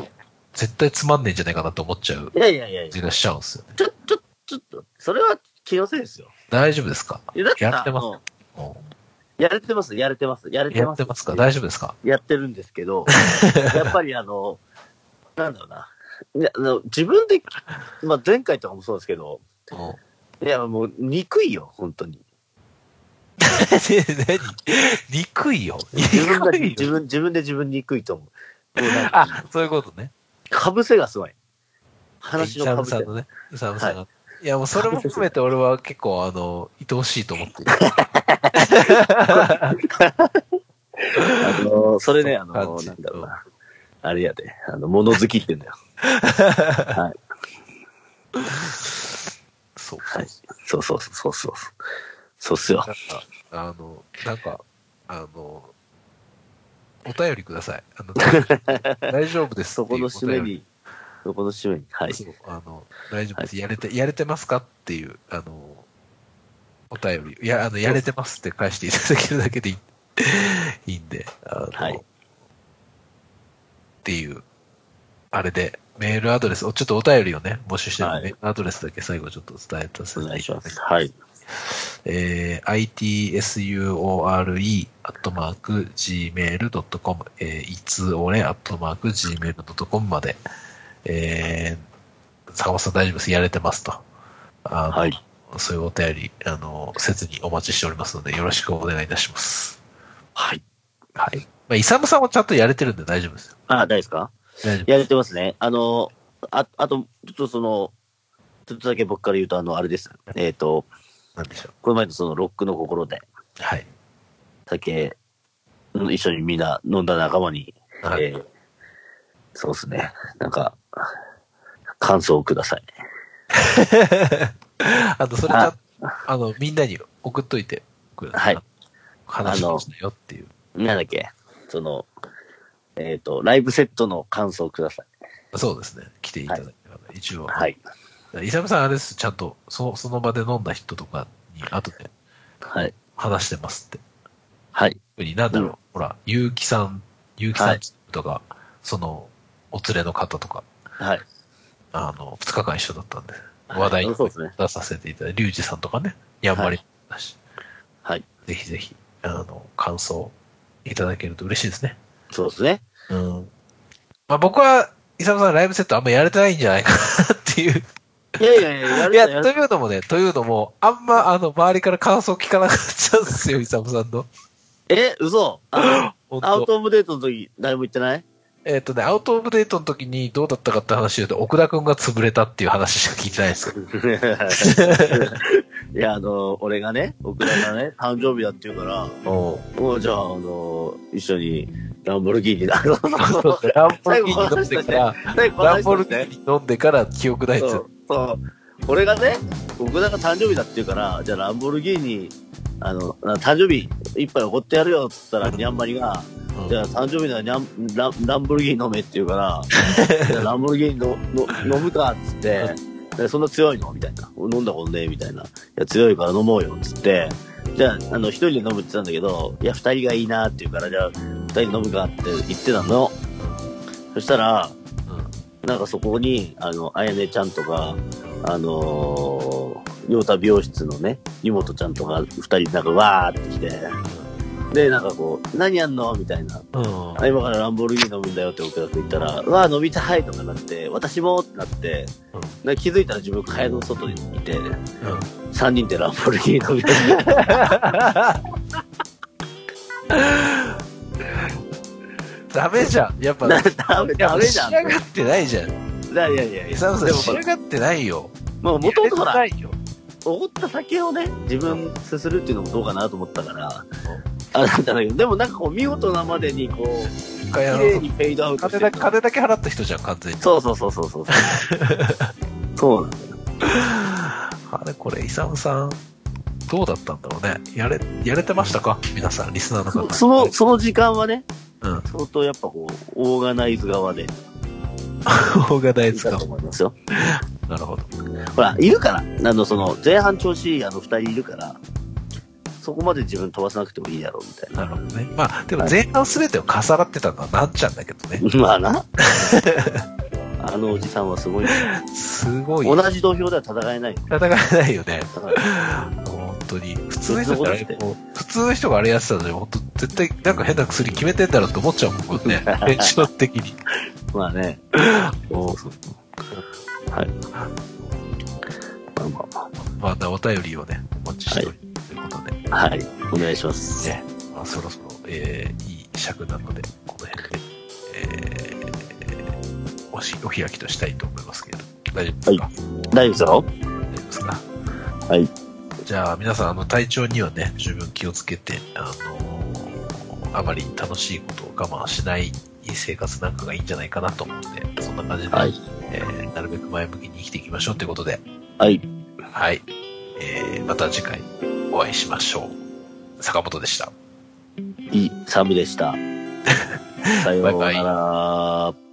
[SPEAKER 2] 絶対つまんねえんじゃないかなと思っちゃう
[SPEAKER 3] いやいやいやいや
[SPEAKER 2] 気がしちゃうんですよね。
[SPEAKER 3] ちょ、ちょ、ちょっと、それは気のせいですよ。
[SPEAKER 2] 大丈夫ですか
[SPEAKER 3] いやだって
[SPEAKER 2] やってます
[SPEAKER 3] うん
[SPEAKER 2] も
[SPEAKER 3] やれてます、やれてます、やれ
[SPEAKER 2] う
[SPEAKER 3] て
[SPEAKER 2] や
[SPEAKER 3] ま
[SPEAKER 2] っ
[SPEAKER 3] す。
[SPEAKER 2] てますか大丈夫ですか
[SPEAKER 3] やってるんですけ
[SPEAKER 2] (laughs)
[SPEAKER 3] ど、やっぱりあの、なんだろうな。いやあの自分で、まあ、前回とかもそうですけど、
[SPEAKER 2] うん (laughs)
[SPEAKER 3] いや、もう、憎いよ、本当に。
[SPEAKER 2] 何憎いよ。
[SPEAKER 3] 自分が、
[SPEAKER 2] 憎い
[SPEAKER 3] 自
[SPEAKER 2] よ。
[SPEAKER 3] 分、自分で自分に憎いと思う。もうなんか
[SPEAKER 2] あ、そういうことね。
[SPEAKER 3] かぶせがすごい。話の
[SPEAKER 2] イサ
[SPEAKER 3] か
[SPEAKER 2] ム
[SPEAKER 3] ぶせ
[SPEAKER 2] さん。のね。イサムさんが。いや、もうそれも含めて俺は結構、あの、愛おしいと思ってる。
[SPEAKER 3] あの、それね、あの、
[SPEAKER 2] 感じ
[SPEAKER 3] なんだろうな。あれやで、あの、物好きって言 (laughs) うんだよ。はい。
[SPEAKER 2] そう。
[SPEAKER 3] はい。そうそうそうそうそう。そうっすよ。
[SPEAKER 2] なんか、あの、なんか、あの、お便りください。
[SPEAKER 3] (laughs)
[SPEAKER 2] あの大丈夫です
[SPEAKER 3] そ
[SPEAKER 2] って
[SPEAKER 3] こ
[SPEAKER 2] いうお便り。
[SPEAKER 3] の締めに、そこの締めに、はい。
[SPEAKER 2] そうあの、大丈夫です。やれて、やれてますかっていう、あの、お便り。いや、あの、やれてますって返していただけるだ
[SPEAKER 3] (laughs)
[SPEAKER 2] けでいいいいんで、あの、
[SPEAKER 3] はい
[SPEAKER 2] っていう、あれで、メールアドレス、おちょっとお便りをね、募集してるんで、
[SPEAKER 3] はい
[SPEAKER 2] メールアドレスだけ最後ちょっと伝えさせ
[SPEAKER 3] お
[SPEAKER 2] て
[SPEAKER 3] 願い
[SPEAKER 2] い
[SPEAKER 3] した
[SPEAKER 2] だ
[SPEAKER 3] ま
[SPEAKER 2] きます
[SPEAKER 3] す。。はい。
[SPEAKER 2] えー、itsure.gmail.com、えー、いつおれ .gmail.com まで、えー、坂本さん大丈夫です。やれてますと。あの
[SPEAKER 3] はい。
[SPEAKER 2] そういうお便り、あの、切にお待ちしておりますので、よろしくお願いいたします。
[SPEAKER 3] はい。
[SPEAKER 2] はい。まあ、イサムさんはちゃんとやれてるんで大丈夫ですよ。
[SPEAKER 3] あ、大丈夫ですか
[SPEAKER 2] 大丈夫。
[SPEAKER 3] やれてますね。あの、ああと、ちょっとその、ちょっとだけ僕から言うと、あの、あれです。えっ、と、
[SPEAKER 2] なんでしょ
[SPEAKER 3] この前のそのロックの心で、
[SPEAKER 2] う。はい。
[SPEAKER 3] 酒、うん一緒にみんな飲んだ仲間に、
[SPEAKER 2] はい
[SPEAKER 3] えーそうですね。なんか、感想をください。
[SPEAKER 2] あと、それちゃんあの、みんなに送っといてくれ
[SPEAKER 3] はい。
[SPEAKER 2] 話しましたよっていう。
[SPEAKER 3] なんだっけその、えっ、と、ライブセットの感想をください。
[SPEAKER 2] そうですね。来ていただければ、一応。
[SPEAKER 3] はい。
[SPEAKER 2] イサムさんあれです、ちゃんと、そその場で飲んだ人とかに後で
[SPEAKER 3] はい。
[SPEAKER 2] 話してますって。
[SPEAKER 3] はい。
[SPEAKER 2] 特になんだろう、
[SPEAKER 3] うん
[SPEAKER 2] ほら、ゆうきさん、ゆうきさ
[SPEAKER 3] は
[SPEAKER 2] ん
[SPEAKER 3] い
[SPEAKER 2] とか、その、お連れの方とか、
[SPEAKER 3] はい。
[SPEAKER 2] あの、2日間一緒だったんで、
[SPEAKER 3] はい
[SPEAKER 2] 話題に
[SPEAKER 3] そうですね
[SPEAKER 2] 出させていただいて、リュウジさんとかね、やんばりだし、
[SPEAKER 3] はい。
[SPEAKER 2] ぜひぜひ、あの、感想いただけると嬉しいですね。
[SPEAKER 3] そうですね。
[SPEAKER 2] うん。まあ僕は、イサムさんライブセットあんまやれてないんじゃないかなっていう。
[SPEAKER 3] いやいやいや、や
[SPEAKER 2] い
[SPEAKER 3] る
[SPEAKER 2] や、
[SPEAKER 3] や
[SPEAKER 2] と
[SPEAKER 3] る
[SPEAKER 2] いうのもね、というのも、あんま、あの、周りから感想聞かなかったんですよ、イサムさんの。
[SPEAKER 3] え、嘘あ
[SPEAKER 2] 本
[SPEAKER 3] のアウ
[SPEAKER 2] 当
[SPEAKER 3] トオブデートの時、誰も言って
[SPEAKER 2] (laughs)
[SPEAKER 3] ない
[SPEAKER 2] えっ、とね、アウトオブデートの時にどうだったかって話で言うと、奥田くんが潰れたっていう話しか聞いてないですけど。
[SPEAKER 3] いや、あの、俺がね、奥田がね、誕生日だって言うから、もうじゃあ、あの、一緒にランボルギーニだ。
[SPEAKER 2] ランボルギーニ飲んでから、
[SPEAKER 3] 最後
[SPEAKER 2] ランボルギ
[SPEAKER 3] ね。
[SPEAKER 2] ーニ飲んでから記憶ないんです
[SPEAKER 3] そ
[SPEAKER 2] よ
[SPEAKER 3] う。。そう。俺がね、奥田が誕生日だって言うから、じゃあランボルギーニ、あの、あ誕生日一杯おごってやるよって言ったら、ニャンマリが、
[SPEAKER 2] うん
[SPEAKER 3] じゃあ誕生日ならニャンランランボルギーニ飲めって言うから、じゃあランボルギーニのの飲むかっつって、でそんな強いのみたいな。俺飲んだことねえみたいな。いや、強いから飲もうよっつって、じゃあ、あの、一人で飲むって言ってたんだけど、いや、二人がいいなって言うから、じゃあ、二人で飲むかって言ってたの。そしたら、
[SPEAKER 2] うん
[SPEAKER 3] なんかそこに、あの、あやねちゃんとか、あのー、ヨータ美容室のね、湯本ちゃんとか、二人なんかわーって来て、で、なんかこう、何やんのみたいな。
[SPEAKER 2] うん。
[SPEAKER 3] あ今からランボルギーニ飲むんだよって僕が言ったら、うわー飲みたいとかなって、私もってなって、
[SPEAKER 2] うん
[SPEAKER 3] なんか気づいたら自分、蚊帳の外にいて、
[SPEAKER 2] うん
[SPEAKER 3] 三人でランボルギーニ飲
[SPEAKER 2] (laughs)
[SPEAKER 3] みたいな。
[SPEAKER 2] ダメじゃん。やっぱ、
[SPEAKER 3] ダメ、ダメじゃん。
[SPEAKER 2] 仕
[SPEAKER 3] いや
[SPEAKER 2] 上がってないじゃん。
[SPEAKER 3] いやいやい
[SPEAKER 2] イ
[SPEAKER 3] や。
[SPEAKER 2] サムさん
[SPEAKER 3] でも
[SPEAKER 2] 仕上がってないよ。
[SPEAKER 3] まあ、もともとほら、
[SPEAKER 2] やれてないよ。
[SPEAKER 3] おごった酒をね、自分すするっていうのもどうかなと思ったから、あれだったんだけど、でもなんかこう、見事なまでにこう、
[SPEAKER 2] 一
[SPEAKER 3] 綺
[SPEAKER 2] 回やろう
[SPEAKER 3] 麗にフェードアウトして
[SPEAKER 2] 金
[SPEAKER 3] る
[SPEAKER 2] だ金だけ払った人じゃん、完全に。
[SPEAKER 3] そうそうそう
[SPEAKER 2] (laughs)
[SPEAKER 3] そうそう。そうなんだよ。
[SPEAKER 2] あれ、これ、イサムさん、どうだったんだろうね。やれ、やれてましたか皆さん、リスナーの方。
[SPEAKER 3] その、その時間はね、
[SPEAKER 2] うん。
[SPEAKER 3] 相当やっぱこう、オーガナイズ側で、
[SPEAKER 2] 方が大
[SPEAKER 3] いい
[SPEAKER 2] 好
[SPEAKER 3] かと
[SPEAKER 2] き
[SPEAKER 3] 思いますよ。
[SPEAKER 2] なるほど。
[SPEAKER 3] ほら、いるから、あの、その、前半調子いいあの二人いるから、そこまで自分飛ばさなくてもいいだろうみたい
[SPEAKER 2] なるほどね。まあ、でも前半すべてを重なってたのはなんちゃんだけどね。
[SPEAKER 3] な。ま (laughs) あな。あのおじさんはすごい。
[SPEAKER 2] すごい。
[SPEAKER 3] 同
[SPEAKER 2] 戦
[SPEAKER 3] じ土俵では戦えないよ。
[SPEAKER 2] えないよね。
[SPEAKER 3] だから
[SPEAKER 2] 本当に。普通の人ってあれもう、普通の人があれやってたのに、本当絶対なんか変な薬決めてんだろうって思っちゃうもんね。テンション的に。
[SPEAKER 3] まあね。そうそうはい。まあまあ
[SPEAKER 2] まあ、お便りをね、お待ちしておりますということで。
[SPEAKER 3] まあ。はい。お願いします。
[SPEAKER 2] ね、まあ、そろそろ、えー、いい尺なので、この辺で、えーおし、お開きとしたいと思いますけど、大丈夫ですか、
[SPEAKER 3] 大丈夫ですよ。
[SPEAKER 2] 大丈夫ですか
[SPEAKER 3] はい。
[SPEAKER 2] じゃあ、皆さん、あの、体調にはね、十分気をつけて、あのーあまり楽しいことを我慢しない生活なんかがいいんじゃないかなと思うんで、そんな感じで、
[SPEAKER 3] はい。
[SPEAKER 2] えーなるべく前向きに生きていきましょうということで、
[SPEAKER 3] はい。
[SPEAKER 2] はい。えー、また次回お会いしましょう。坂本でした。 (laughs)
[SPEAKER 3] いいサムでした。さようなら。
[SPEAKER 2] バイ
[SPEAKER 3] バイ